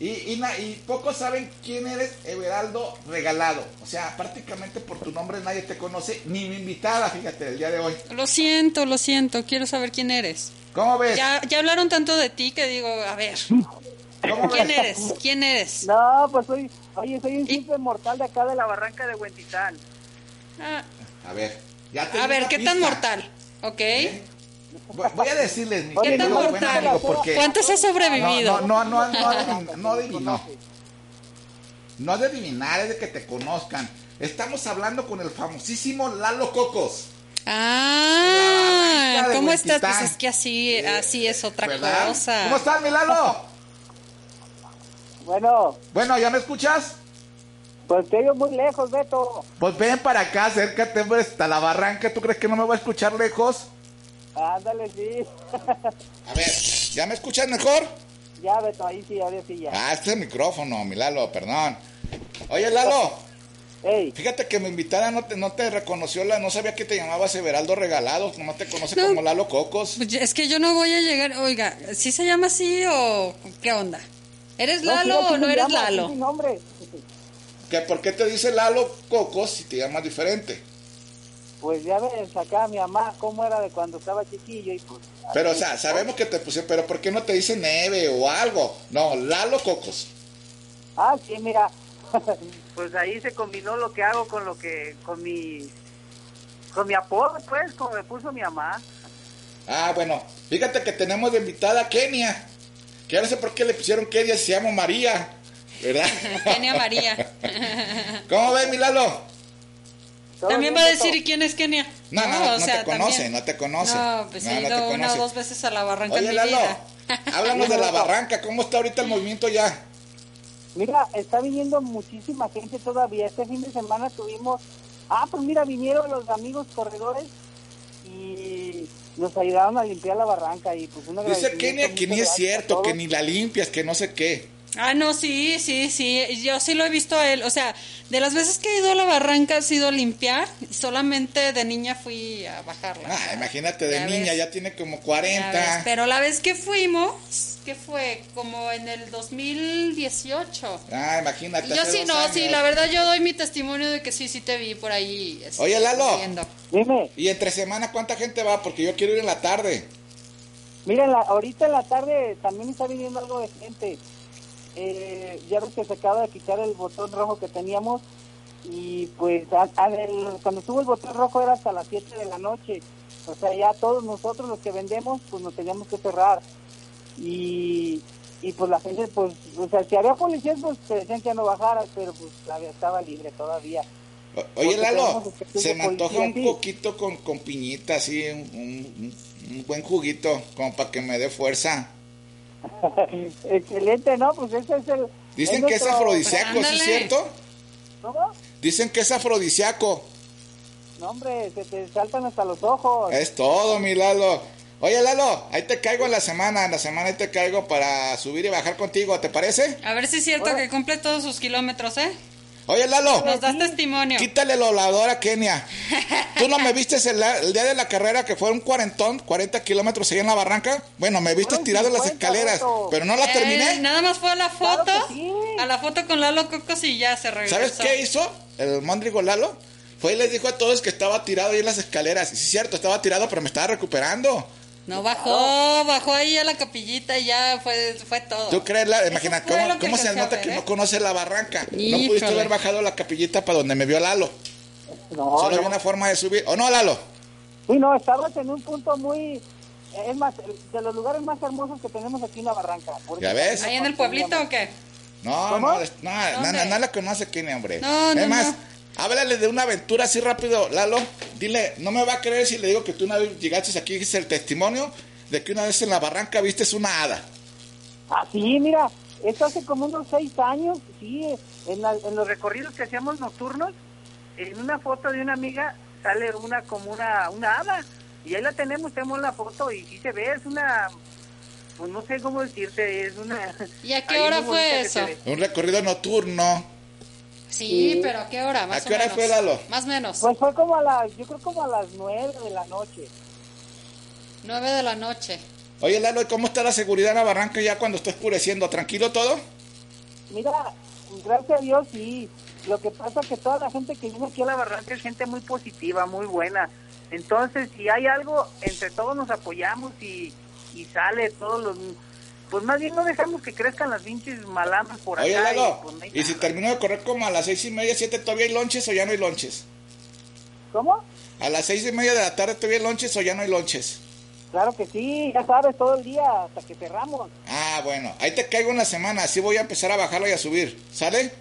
Speaker 1: Y, y, na- y pocos saben quién eres, Everaldo Regalado. O sea, prácticamente por tu nombre nadie te conoce, ni mi invitada, fíjate, el día de hoy.
Speaker 2: Lo siento, lo siento, quiero saber quién eres.
Speaker 1: ¿Cómo ves?
Speaker 2: Ya, ya hablaron tanto de ti que digo, a ver,
Speaker 1: ¿Cómo
Speaker 2: ¿quién
Speaker 1: ves?
Speaker 2: eres? ¿Quién eres?
Speaker 3: No, pues soy, oye, soy un
Speaker 2: ¿Y?
Speaker 3: simple mortal de acá de la barranca de Huentitán.
Speaker 2: Ah,
Speaker 1: A ver, ya te
Speaker 2: a
Speaker 1: di
Speaker 2: ver,
Speaker 1: una
Speaker 2: ¿qué
Speaker 1: pista.
Speaker 2: tan
Speaker 1: ¿eh?
Speaker 2: mortal? ¿Ok.
Speaker 1: Voy voy a decirles, mis
Speaker 3: ¿Qué
Speaker 1: queridos
Speaker 3: tan
Speaker 1: buenos
Speaker 2: mortal?
Speaker 1: amigos, porque
Speaker 2: ¿Cuántos has sobrevivido?
Speaker 1: No, no, no, no, no, adivi- no adivinó. No es de adivinar, es de que te conozcan. Estamos hablando con el famosísimo Lalo Cocos.
Speaker 2: Ah,
Speaker 1: La barranca de
Speaker 2: ¿cómo estás?
Speaker 1: Huentitán.
Speaker 2: Pues es que así, así es otra
Speaker 1: ¿verdad?
Speaker 2: cosa.
Speaker 1: ¿Cómo estás, mi Lalo?
Speaker 3: Bueno,
Speaker 1: Bueno, ¿ya me escuchas?
Speaker 3: pues te digo muy lejos, Beto.
Speaker 1: Pues ven para acá, acércate, hombre, hasta la barranca. ¿Tú crees que no me va a escuchar lejos?
Speaker 3: Ándale, sí.
Speaker 1: A ver, ¿ya me escuchas mejor?
Speaker 3: Ya, Beto, ahí sí, ahora sí ya.
Speaker 1: Ah, este es el micrófono, mi Lalo, perdón. Oye, Lalo,
Speaker 3: Ey,
Speaker 1: fíjate que mi invitada no te, no te reconoció, la, no sabía que te llamabas Everaldo Regalado, nomás te conoce
Speaker 4: No.
Speaker 1: como Lalo Cocos.
Speaker 4: Pues, es que yo no voy a llegar. Oiga, ¿sí se llama así o qué onda? ¿Eres Lalo
Speaker 3: sí, así
Speaker 4: o no
Speaker 3: se
Speaker 4: eres
Speaker 3: llama, así
Speaker 4: Lalo?
Speaker 3: es mi nombre.
Speaker 1: ¿Que ¿Por qué te dice Lalo Cocos si te llamas diferente?
Speaker 3: Pues ya ves, acá mi mamá, cómo era de cuando estaba chiquillo y pues...
Speaker 1: Pero, o sea, sabemos que te pusieron, pero ¿por qué no te dice Neve o algo? No, Lalo Cocos.
Speaker 3: Ah, sí, mira. pues ahí se combinó lo que hago con lo que... con mi... con mi apodo, pues, como me puso mi mamá.
Speaker 1: Ah, bueno, fíjate que tenemos de invitada a Kenia, que ahora sé por qué le pusieron Kenia si se llama María, ¿verdad?
Speaker 4: Kenia María.
Speaker 1: ¿Cómo ves, mi Lalo?
Speaker 3: Todo
Speaker 4: También
Speaker 3: bien,
Speaker 4: va a
Speaker 3: Beto.
Speaker 4: decir quién es Kenia.
Speaker 1: No, no, no,
Speaker 4: o sea,
Speaker 1: te conoce,
Speaker 4: también.
Speaker 1: no te conoce.
Speaker 4: No, pues
Speaker 1: No, no
Speaker 4: he
Speaker 1: te
Speaker 4: ido una o
Speaker 1: conoce.
Speaker 4: dos veces a la barranca
Speaker 1: Oye,
Speaker 4: en mi
Speaker 1: Lalo,
Speaker 4: vida.
Speaker 1: háblanos de la barranca, ¿cómo está ahorita el movimiento ya?
Speaker 3: Mira, está viniendo muchísima gente todavía. Este fin de semana tuvimos... Ah, pues mira, vinieron los amigos corredores y nos ayudaron a limpiar la barranca y pues una
Speaker 1: Dice Kenia que ni es cierto, que ni la limpias, que no sé qué.
Speaker 4: Ah, no, sí, sí, sí. Yo sí lo he visto a él. O sea, de las veces que he ido a la barranca ha sido a limpiar. Solamente de niña fui a bajarla.
Speaker 1: Ah, imagínate de
Speaker 4: Ya
Speaker 1: niña,
Speaker 4: ves.
Speaker 1: ya tiene como
Speaker 4: Ya
Speaker 1: 40.
Speaker 4: ves, Pero la vez que fuimos, que fue como en el 2018.
Speaker 1: Ah, imagínate.
Speaker 4: Yo
Speaker 1: hace
Speaker 4: sí,
Speaker 1: dos
Speaker 4: no, sí,
Speaker 1: años.
Speaker 4: la verdad yo doy mi testimonio de que sí, sí te vi por ahí. este,
Speaker 1: Oye, Lalo.
Speaker 4: corriendo.
Speaker 3: Dime,
Speaker 1: Y entre semana, ¿cuánta gente va? Porque yo quiero ir en la tarde.
Speaker 3: Mira, en la- ahorita en la tarde también está viniendo algo de gente. Eh, ya ves que se acaba de quitar el botón rojo que teníamos y pues a- a- el- cuando estuvo el botón rojo era hasta las 7 de la noche. O sea, ya todos nosotros los que vendemos pues nos teníamos que cerrar. Y, y pues la gente, pues, o sea, si había policías pues te decían que no bajaras, pero pues la vía estaba libre todavía.
Speaker 1: O- Oye,
Speaker 3: Porque
Speaker 1: Lalo,
Speaker 3: tenemos que ser
Speaker 1: se me antoja
Speaker 3: policía,
Speaker 1: un
Speaker 3: sí.
Speaker 1: poquito con, con piñita, así, un, un- un buen juguito, como para que me dé fuerza.
Speaker 3: Excelente, ¿no? Pues ese es el...
Speaker 1: Dicen que es
Speaker 3: nuestro-
Speaker 1: afrodisíaco, ¿sí es
Speaker 4: Ándale.
Speaker 1: cierto?
Speaker 3: ¿Cómo?
Speaker 1: Dicen que es afrodisíaco.
Speaker 3: No, hombre, se te saltan hasta los ojos.
Speaker 1: Es todo, mi Lalo. Oye, Lalo, ahí te caigo en la semana, en la semana ahí te caigo para subir y bajar contigo, ¿te parece?
Speaker 4: A ver si es cierto que cumple todos sus kilómetros, ¿eh?
Speaker 1: Oye, Lalo,
Speaker 4: Nos das testimonio.
Speaker 1: quítale el olador a Kenia. ¿Tú no me viste el, el día de la carrera que fue un cuarentón, 40 kilómetros allá en la barranca? Bueno, me viste
Speaker 3: Fueron
Speaker 1: tirado en las
Speaker 3: 50,
Speaker 1: escaleras,
Speaker 3: Beto.
Speaker 1: pero no la
Speaker 4: Eh,
Speaker 1: terminé.
Speaker 4: nada más fue a la
Speaker 3: Claro
Speaker 4: foto,
Speaker 3: que sí.
Speaker 4: a la foto con Lalo Cocos y ya se regresó.
Speaker 1: ¿Sabes qué hizo el Mondrigo Lalo? Fue y les dijo a todos que estaba tirado ahí en las escaleras. Y sí, es cierto, estaba tirado, pero me estaba recuperando.
Speaker 4: No bajó, bajó ahí a la capillita y ya fue, fue todo.
Speaker 1: ¿Tú crees? La, imagina,
Speaker 4: Oh. Eso fue
Speaker 1: ¿cómo,
Speaker 4: lo que
Speaker 1: cómo se
Speaker 4: alcancé a
Speaker 1: nota
Speaker 4: ver,
Speaker 1: que
Speaker 4: ¿eh?
Speaker 1: no conoce la barranca? No
Speaker 4: Híjole.
Speaker 1: pudiste haber bajado la capillita para donde me vio Lalo.
Speaker 3: No,
Speaker 1: Solo
Speaker 3: no.
Speaker 1: había una forma de subir. ¿O no, Lalo?
Speaker 3: Sí, no, estabas en un punto muy... Es más, de los lugares más hermosos que tenemos aquí en la barranca. Por
Speaker 1: ¿Ya
Speaker 3: eso-
Speaker 1: ves?
Speaker 4: ¿Ahí en el pueblito o qué?
Speaker 1: No,
Speaker 3: ¿Cómo?
Speaker 1: no, es- no, no, no,
Speaker 4: ¿Dónde?
Speaker 1: no la conoce Kenia, hombre.
Speaker 4: No, no,
Speaker 1: es más,
Speaker 4: no.
Speaker 1: háblale de una aventura así rápido, Lalo. Dile, no me va a creer si le digo que tú una vez llegaste aquí y dijiste el testimonio de que una vez en la barranca viste una hada.
Speaker 3: Ah, sí, mira, esto hace como unos seis años, sí, en, la- en los recorridos que hacíamos nocturnos, en una foto de una amiga sale una como una, una hada, y ahí la tenemos, tenemos la foto, y sí se ve, es una, pues no sé cómo decirte, es una...
Speaker 4: ¿Y a qué
Speaker 3: Ahí
Speaker 4: hora
Speaker 3: muy
Speaker 4: fue
Speaker 3: bonita que
Speaker 4: eso?
Speaker 3: se ve.
Speaker 1: Un recorrido nocturno.
Speaker 4: Sí, pero ¿a qué hora? Más
Speaker 1: qué
Speaker 4: o
Speaker 1: hora
Speaker 4: menos.
Speaker 1: fue, Lalo?
Speaker 4: Más o menos.
Speaker 3: Pues fue como a las, yo creo como a las nueve de la noche.
Speaker 4: Nueve de la noche.
Speaker 1: Oye, Lalo, ¿y cómo está la seguridad en la barranca ya cuando está oscureciendo? ¿Tranquilo todo?
Speaker 3: Mira, gracias a Dios sí. Lo que pasa es que toda la gente que viene aquí a la barranca es gente muy positiva, muy buena. Entonces, si hay algo, entre todos nos apoyamos y, y sale todos los... Pues más bien no dejamos que crezcan las pinches malamas por
Speaker 1: Oye,
Speaker 3: acá.
Speaker 1: Lalo,
Speaker 3: pues, no hay
Speaker 1: ¿y si
Speaker 3: nada.
Speaker 1: termino de correr como a las seis y media, siete, todavía hay lonches o ya no hay lonches?
Speaker 3: ¿Cómo?
Speaker 1: A las seis y media de la tarde todavía hay lonches o ya no hay lonches?
Speaker 3: Claro que sí, ya sabes, todo el día hasta que cerramos.
Speaker 1: Ah, bueno, ahí te caigo en la semana, así voy a empezar a bajarlo y a subir, ¿sale?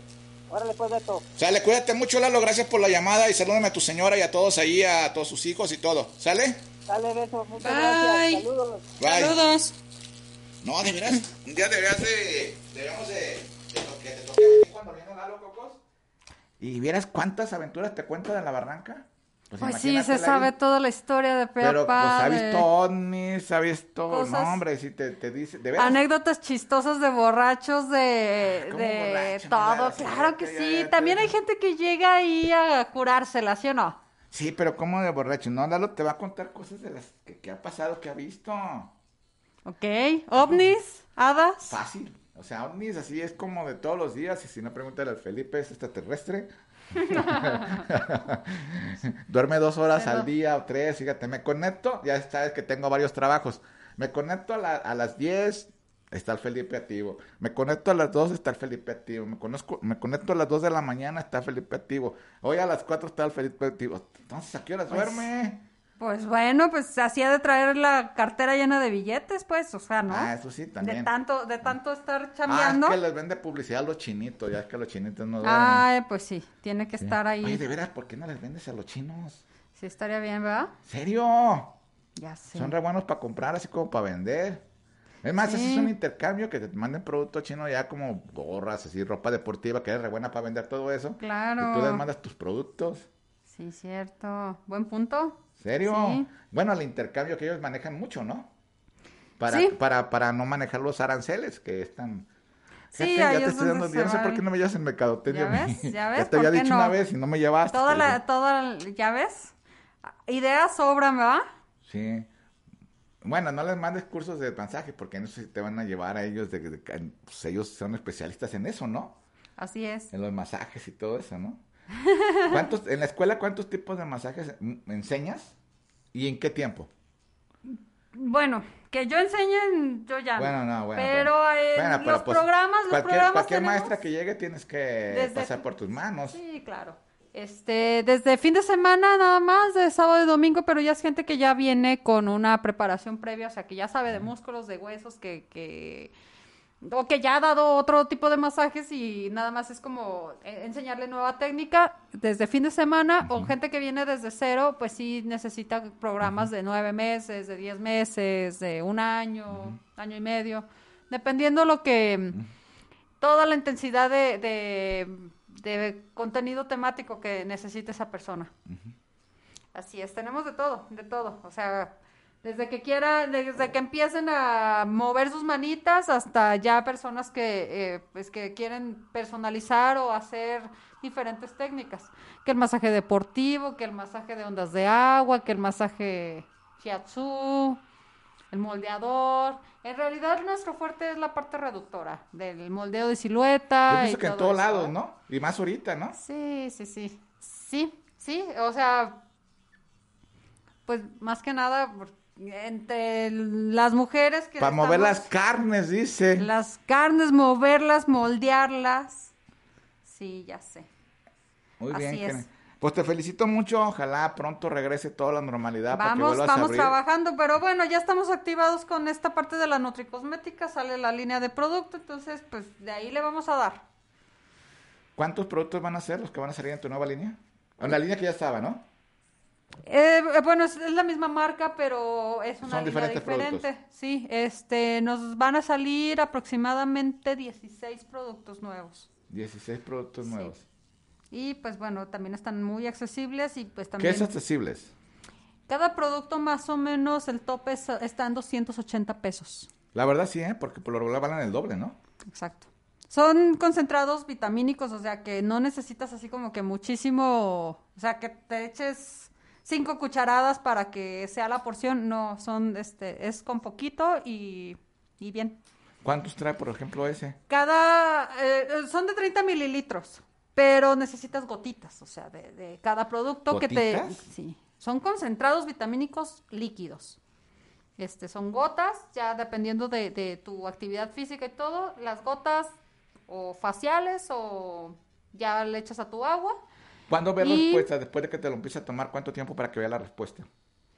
Speaker 3: Órale pues, Beto.
Speaker 1: Sale, cuídate mucho, Lalo, gracias por la llamada y salúdame a tu señora y a todos ahí, a todos sus hijos y todo, ¿sale?
Speaker 3: Dale beso, muchas
Speaker 4: Bye.
Speaker 3: gracias. Saludos.
Speaker 1: Bye.
Speaker 4: Saludos.
Speaker 1: No, de veras, un día deberías de, deberíamos de, de lo que te toque aquí cuando viene Lalo Cocos. ¿Y vieras cuántas aventuras te cuenta de la barranca?
Speaker 2: Pues, sí, se
Speaker 1: imagínatela
Speaker 2: sabe
Speaker 1: ahí.
Speaker 2: toda la historia de Pea
Speaker 1: Pero pues
Speaker 2: Pa,
Speaker 1: ha
Speaker 2: de
Speaker 1: visto ovnis, ha visto
Speaker 2: Cosas-
Speaker 1: nombres y te, te dice, de veras, Ah,
Speaker 2: anécdotas chistosas de borrachos, de,
Speaker 1: ¿cómo
Speaker 2: de
Speaker 1: borracho?
Speaker 2: todo.
Speaker 1: Mira,
Speaker 2: Claro que
Speaker 1: ya,
Speaker 2: sí.
Speaker 1: ya te-
Speaker 2: También hay gente que llega ahí a curársela, ¿sí o no?
Speaker 1: Sí, pero ¿cómo de borracho? No, Lalo te va a contar cosas de las que, que ha pasado, que ha visto.
Speaker 2: Ok. ¿Ovnis? ¿Hadas?
Speaker 1: Fácil. O sea, ovnis así es como de todos los días. Y si no, pregúntale al Felipe, es extraterrestre. Duerme dos horas al día o tres, fíjate, me conecto, ya sabes que tengo varios trabajos. Me conecto a, la- a las 10, está el Felipe activo. Me conecto a las 2, está el Felipe activo. Me, conozco, me conecto a las 2 de la mañana, está el Felipe activo. Hoy a las 4 está el Felipe activo. Entonces, ¿a qué horas duerme?
Speaker 2: Pues bueno, pues hacía de traer la cartera llena de billetes, pues, o sea, ¿no?
Speaker 1: Ah, eso sí, también.
Speaker 2: De tanto, de tanto estar
Speaker 1: Ah,
Speaker 2: chambeando.
Speaker 1: es que les vende publicidad a los chinitos, ya es que los chinitos no duermen.
Speaker 2: Ay, pues sí, tiene que estar ahí.
Speaker 1: Oye, de veras, ¿por qué no les vendes a los chinos?
Speaker 2: Sí, estaría bien, ¿verdad?
Speaker 1: ¿Serio?
Speaker 2: Ya sé.
Speaker 1: Son re buenos para comprar, así como para vender. Es más, ese es
Speaker 2: Sí.
Speaker 1: un intercambio que te manden producto chino ya como gorras, así, ropa deportiva, que eres re buena para vender todo eso.
Speaker 2: Claro.
Speaker 1: Y tú les mandas tus productos.
Speaker 2: Sí, cierto. Buen punto.
Speaker 1: ¿Serio?
Speaker 2: Sí.
Speaker 1: Bueno, el intercambio que ellos manejan mucho, ¿no? Para,
Speaker 2: Sí.
Speaker 1: para, para no manejar los aranceles que están.
Speaker 2: Sí,
Speaker 1: Fíjate,
Speaker 2: ahí
Speaker 1: ya te
Speaker 2: es
Speaker 1: estoy
Speaker 2: donde
Speaker 1: dando,
Speaker 2: se
Speaker 1: yo no sé
Speaker 2: va
Speaker 1: por
Speaker 2: el-
Speaker 1: qué no me llevas en mercadotecnia.
Speaker 2: Ya
Speaker 1: a mí.
Speaker 2: ves, ya ves,
Speaker 1: te
Speaker 2: ¿por
Speaker 1: había
Speaker 2: qué
Speaker 1: dicho
Speaker 2: no?
Speaker 1: una vez y no me llevaste.
Speaker 2: Toda la, toda, la- ¿ya ves? Ah, Ideas sobran, ¿verdad?
Speaker 1: Sí. Bueno, no les mandes cursos de mensaje porque en eso sí te van a llevar a ellos. De, de- en- pues ellos son especialistas en eso, ¿no?
Speaker 2: Así es.
Speaker 1: En los masajes y todo eso, ¿no? ¿Cuántos, en la escuela, ¿cuántos tipos de masajes mm, enseñas? ¿Y en qué tiempo?
Speaker 2: Bueno, que yo enseñen, yo ya. no.
Speaker 1: Bueno, no, bueno.
Speaker 2: Ah, Pero, eh,
Speaker 1: Bueno, pero,
Speaker 2: los
Speaker 1: pues,
Speaker 2: programas, los
Speaker 1: cualquier,
Speaker 2: programas
Speaker 1: Cualquier
Speaker 2: tenemos-
Speaker 1: maestra que llegue tienes que
Speaker 2: Desde-
Speaker 1: pasar por tus manos.
Speaker 2: Sí, claro. Este, desde fin de semana nada más, de sábado y domingo, pero ya es gente que ya viene con una preparación previa, o sea, que ya sabe de músculos, de huesos, que, que... o que ya ha dado otro tipo de masajes y nada más es como eh, enseñarle nueva técnica desde fin de semana o gente que viene desde cero, pues sí necesita programas de nueve meses, de diez meses, de un año, año y medio, dependiendo lo que toda la intensidad de, de- de contenido temático que necesite esa persona. Así es, tenemos de todo, de todo. O sea, desde que quiera, desde que empiecen a mover sus manitas hasta ya personas que, eh, pues que quieren personalizar o hacer diferentes técnicas. Que el masaje deportivo, que el masaje de ondas de agua, que el masaje shiatsu, el moldeador. En realidad nuestro fuerte es la parte reductora del moldeo de silueta.
Speaker 1: Yo
Speaker 2: y
Speaker 1: pienso que en
Speaker 2: todo
Speaker 1: todos
Speaker 2: eso,
Speaker 1: lados,
Speaker 2: ¿eh?
Speaker 1: ¿no? Y más ahorita, ¿no?
Speaker 2: Sí, sí, sí. Sí, sí, o sea, pues más que nada por- entre el- las mujeres que
Speaker 1: Para
Speaker 2: estamos-
Speaker 1: mover las carnes, dice.
Speaker 2: las carnes, moverlas, moldearlas. Sí, ya sé.
Speaker 1: Muy
Speaker 2: Así
Speaker 1: bien,
Speaker 2: es.
Speaker 1: Karen. Pues te felicito mucho, ojalá pronto regrese toda la normalidad para que
Speaker 2: Vamos,
Speaker 1: vuelvas a
Speaker 2: vamos
Speaker 1: abrir.
Speaker 2: trabajando, pero bueno, ya estamos activados con esta parte de la nutricosmética, sale la línea de producto, entonces pues de ahí le vamos a dar.
Speaker 1: ¿Cuántos productos van a ser los que van a salir en tu nueva línea? En la línea que ya estaba, ¿no?
Speaker 2: Eh, eh, bueno, es, es la misma marca, pero es una
Speaker 1: Son
Speaker 2: línea
Speaker 1: diferentes
Speaker 2: diferente.
Speaker 1: productos.
Speaker 2: Sí, este, nos van a salir aproximadamente 16 productos nuevos.
Speaker 1: 16 productos
Speaker 2: Sí.
Speaker 1: nuevos.
Speaker 2: Y pues bueno, también están muy accesibles y pues
Speaker 1: ¿Qué
Speaker 2: también
Speaker 1: es accesibles?
Speaker 2: cada producto más o menos el tope es- está en 280 pesos.
Speaker 1: La verdad sí, ¿eh? Porque por lo regular valen el doble, ¿no?
Speaker 2: Exacto. Son concentrados vitamínicos, o sea que no necesitas así como que muchísimo, o sea que te eches cinco cucharadas para que sea la porción, no, son, este, es con poquito y, y bien.
Speaker 1: ¿Cuántos trae, por ejemplo, ese?
Speaker 2: Cada, eh, eh, son de 30 mililitros, pero necesitas gotitas, o sea, de, de cada producto que te...
Speaker 1: ¿Gotitas?
Speaker 2: Sí, son concentrados vitamínicos líquidos. Este, son gotas, ya dependiendo de, de tu actividad física y todo, las gotas o faciales o ya le echas a tu agua.
Speaker 1: ¿Cuándo ves la
Speaker 2: Y-
Speaker 1: respuesta? Después de que te lo empieces a tomar, ¿cuánto tiempo para que vea la respuesta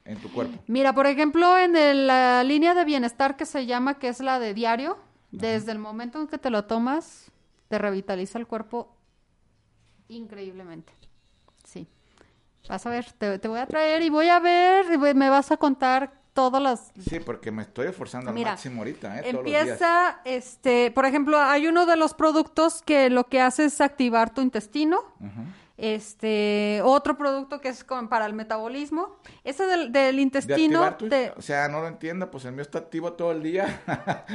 Speaker 1: en tu cuerpo?
Speaker 2: Mira, por ejemplo, en el- la línea de bienestar que se llama, que es la de diario, desde el momento en que te lo tomas, te revitaliza el cuerpo increíblemente. Sí. Vas a ver, te, te voy a traer y voy a ver, y voy- me vas a contar todas las...
Speaker 1: Sí, porque me estoy esforzando
Speaker 2: Mira,
Speaker 1: al máximo ahorita, ¿eh? Todos los días.
Speaker 2: Empieza, este, por ejemplo, hay uno de los productos que lo que hace es activar tu intestino.
Speaker 1: Ujú.
Speaker 2: Este, otro producto que es con- para el metabolismo. Ese del, del intestino.
Speaker 1: activar tu-
Speaker 2: te-
Speaker 1: O sea, no lo entiendo, pues el mío está activo todo el día.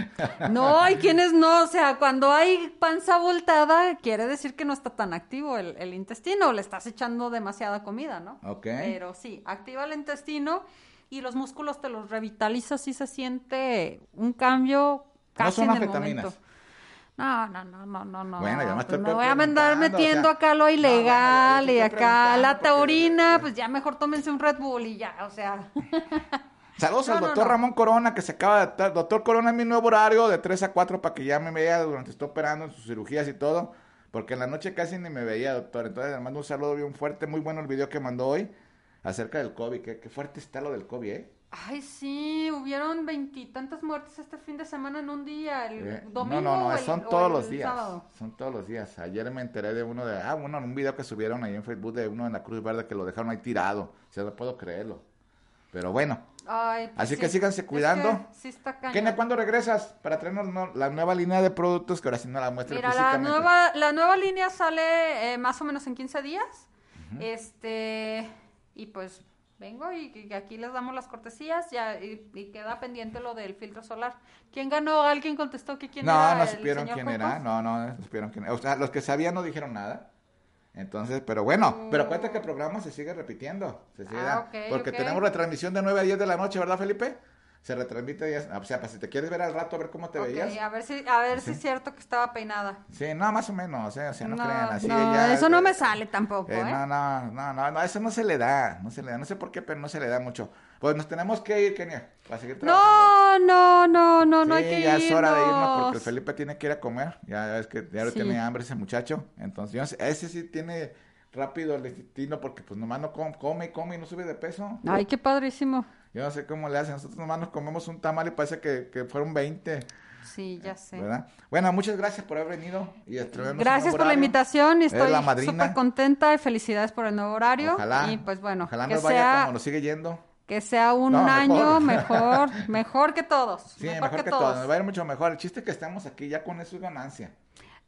Speaker 2: No, hay quienes no. O sea, cuando hay panza voltada, quiere decir que no está tan activo el, el intestino. Le estás echando demasiada comida, ¿no?
Speaker 1: Ok.
Speaker 2: Pero sí, activa el intestino y los músculos te los revitalizas y se siente un cambio
Speaker 1: No
Speaker 2: casi
Speaker 1: son
Speaker 2: en el
Speaker 1: anfetaminas.
Speaker 2: momento. No, no, no, no, no, no.
Speaker 1: Bueno, ya me estoy
Speaker 2: pues me voy a andar
Speaker 1: preguntando,
Speaker 2: metiendo
Speaker 1: o sea,
Speaker 2: acá lo
Speaker 1: no, bueno, ya
Speaker 2: ilegal
Speaker 1: te
Speaker 2: y
Speaker 1: estoy
Speaker 2: acá la
Speaker 1: preguntando porque-
Speaker 2: taurina, pues ya mejor tómense un Red Bull y ya, o sea.
Speaker 1: Saludos
Speaker 2: No,
Speaker 1: al
Speaker 2: no,
Speaker 1: doctor
Speaker 2: no.
Speaker 1: Ramón Corona, que se acaba de adaptar. Doctor Corona es mi nuevo horario de 3 a 4 para que ya me vea durante estoy operando en sus cirugías y todo. Porque en la noche casi ni me veía, doctor. Entonces le mando un saludo bien fuerte. Muy bueno el video que mandó hoy acerca del COVID. Qué, qué fuerte está lo del COVID, ¿eh?
Speaker 2: Ay, sí, hubieron veintitantas muertes este fin de semana en un día, el
Speaker 1: Eh,
Speaker 2: domingo.
Speaker 1: no, no,
Speaker 2: o
Speaker 1: no,
Speaker 2: el-
Speaker 1: son
Speaker 2: o
Speaker 1: todos
Speaker 2: el
Speaker 1: los días.
Speaker 2: sábado.
Speaker 1: Son todos los días. Ayer me enteré de uno de. Ah, bueno, en un video que subieron ahí en Facebook de uno en la Cruz Verde que lo dejaron ahí tirado. O sea, no puedo creerlo. Pero bueno.
Speaker 2: Ay, pues
Speaker 1: Así que
Speaker 2: sí.
Speaker 1: síganse
Speaker 2: Es
Speaker 1: cuidando.
Speaker 2: que sí está cañón.
Speaker 1: Kenia, ¿cuándo regresas? Para traernos no- la nueva línea de productos que ahora pues sí no la muestra
Speaker 2: Mira, la
Speaker 1: físicamente.
Speaker 2: nueva, la nueva línea sale eh, más o menos en 15 días. Este, y pues vengo y, y aquí les damos las cortesías ya, y, y queda pendiente lo del filtro solar. ¿Quién ganó? ¿Alguien contestó que quién
Speaker 1: No,
Speaker 2: era?
Speaker 1: no
Speaker 2: el
Speaker 1: supieron
Speaker 2: señor
Speaker 1: quién
Speaker 2: Compas?
Speaker 1: era. No, no, no supieron quién era. O sea, los que sabían no dijeron nada. Entonces, pero bueno, pero acuérdate que el programa se sigue repitiendo. Se sigue
Speaker 2: Mm. Ah,
Speaker 1: dando,
Speaker 2: ok,
Speaker 1: porque
Speaker 2: ok.
Speaker 1: tenemos retransmisión de 9 a 10 de la noche, ¿verdad, Felipe? Se retransmite. diez- ah, o sea, para si te quieres ver al rato, a ver cómo te
Speaker 2: Ok,
Speaker 1: veías.
Speaker 2: a ver si, a ver si es cierto que estaba peinada.
Speaker 1: Sí, no, más o menos. eh, o sea, no, crean así.
Speaker 2: no,
Speaker 1: ya-
Speaker 2: eso no me sale tampoco,
Speaker 1: Eh,
Speaker 2: ¿eh?
Speaker 1: no, no, no, no, no, eso no se le da, no se le da, no sé por qué, pero no se le da mucho. Pues nos tenemos que ir, Kenia, para seguir trabajando.
Speaker 2: No, no, no, no, no hay
Speaker 1: Sí,
Speaker 2: que
Speaker 1: ya es hora de irnos porque el
Speaker 2: irnos.
Speaker 1: Felipe tiene que ir a comer. Ya ves que ya
Speaker 2: Sí.
Speaker 1: tiene hambre ese muchacho. Entonces, yo no sé, ese sí tiene rápido el intestino porque pues nomás no com- come, y come y no sube de peso.
Speaker 2: Ay, qué padrísimo.
Speaker 1: Yo no sé cómo le hacen. Nosotros nomás nos comemos un tamal y parece que, que fueron 20,
Speaker 2: Sí, ya sé.
Speaker 1: ¿verdad? Eh, Bueno, muchas gracias por haber venido y estrenarnos un
Speaker 2: Gracias
Speaker 1: nuevo
Speaker 2: por la
Speaker 1: horario.
Speaker 2: invitación,
Speaker 1: Eres
Speaker 2: estoy
Speaker 1: la madrina.
Speaker 2: súper contenta y felicidades por el nuevo horario.
Speaker 1: Ojalá.
Speaker 2: y pues bueno,
Speaker 1: ojalá
Speaker 2: que,
Speaker 1: nos vaya
Speaker 2: sea,
Speaker 1: como nos sigue yendo.
Speaker 2: que sea un
Speaker 1: No, mejor.
Speaker 2: año mejor, mejor que todos.
Speaker 1: Sí, mejor, que, todos. Nos va a ir mucho mejor. El chiste es que estamos aquí, ya con eso es ganancia.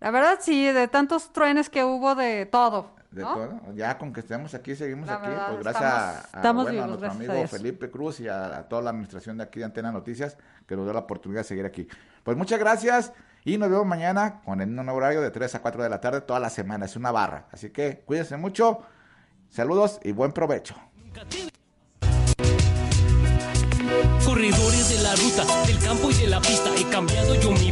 Speaker 2: La verdad sí, de tantos truenes que hubo de todo,
Speaker 1: De
Speaker 2: ¿no?
Speaker 1: todo. Ya con que estemos aquí, seguimos
Speaker 2: La
Speaker 1: aquí.
Speaker 2: verdad,
Speaker 1: pues gracias a-
Speaker 2: estamos-
Speaker 1: a,
Speaker 2: estamos
Speaker 1: bueno, a
Speaker 2: vivos,
Speaker 1: nuestro
Speaker 2: gracias a
Speaker 1: amigo
Speaker 2: Dios.
Speaker 1: Felipe Cruz y a, a toda la administración de aquí de Antena Noticias que nos da la oportunidad de seguir aquí. Pues muchas gracias y nos vemos mañana con el nuevo horario de 3 a 4 de la tarde toda la semana. Es una barra. Así que cuídense mucho. Saludos y buen provecho.
Speaker 5: Corredores de la ruta, del campo y de la pista, he cambiado yo mi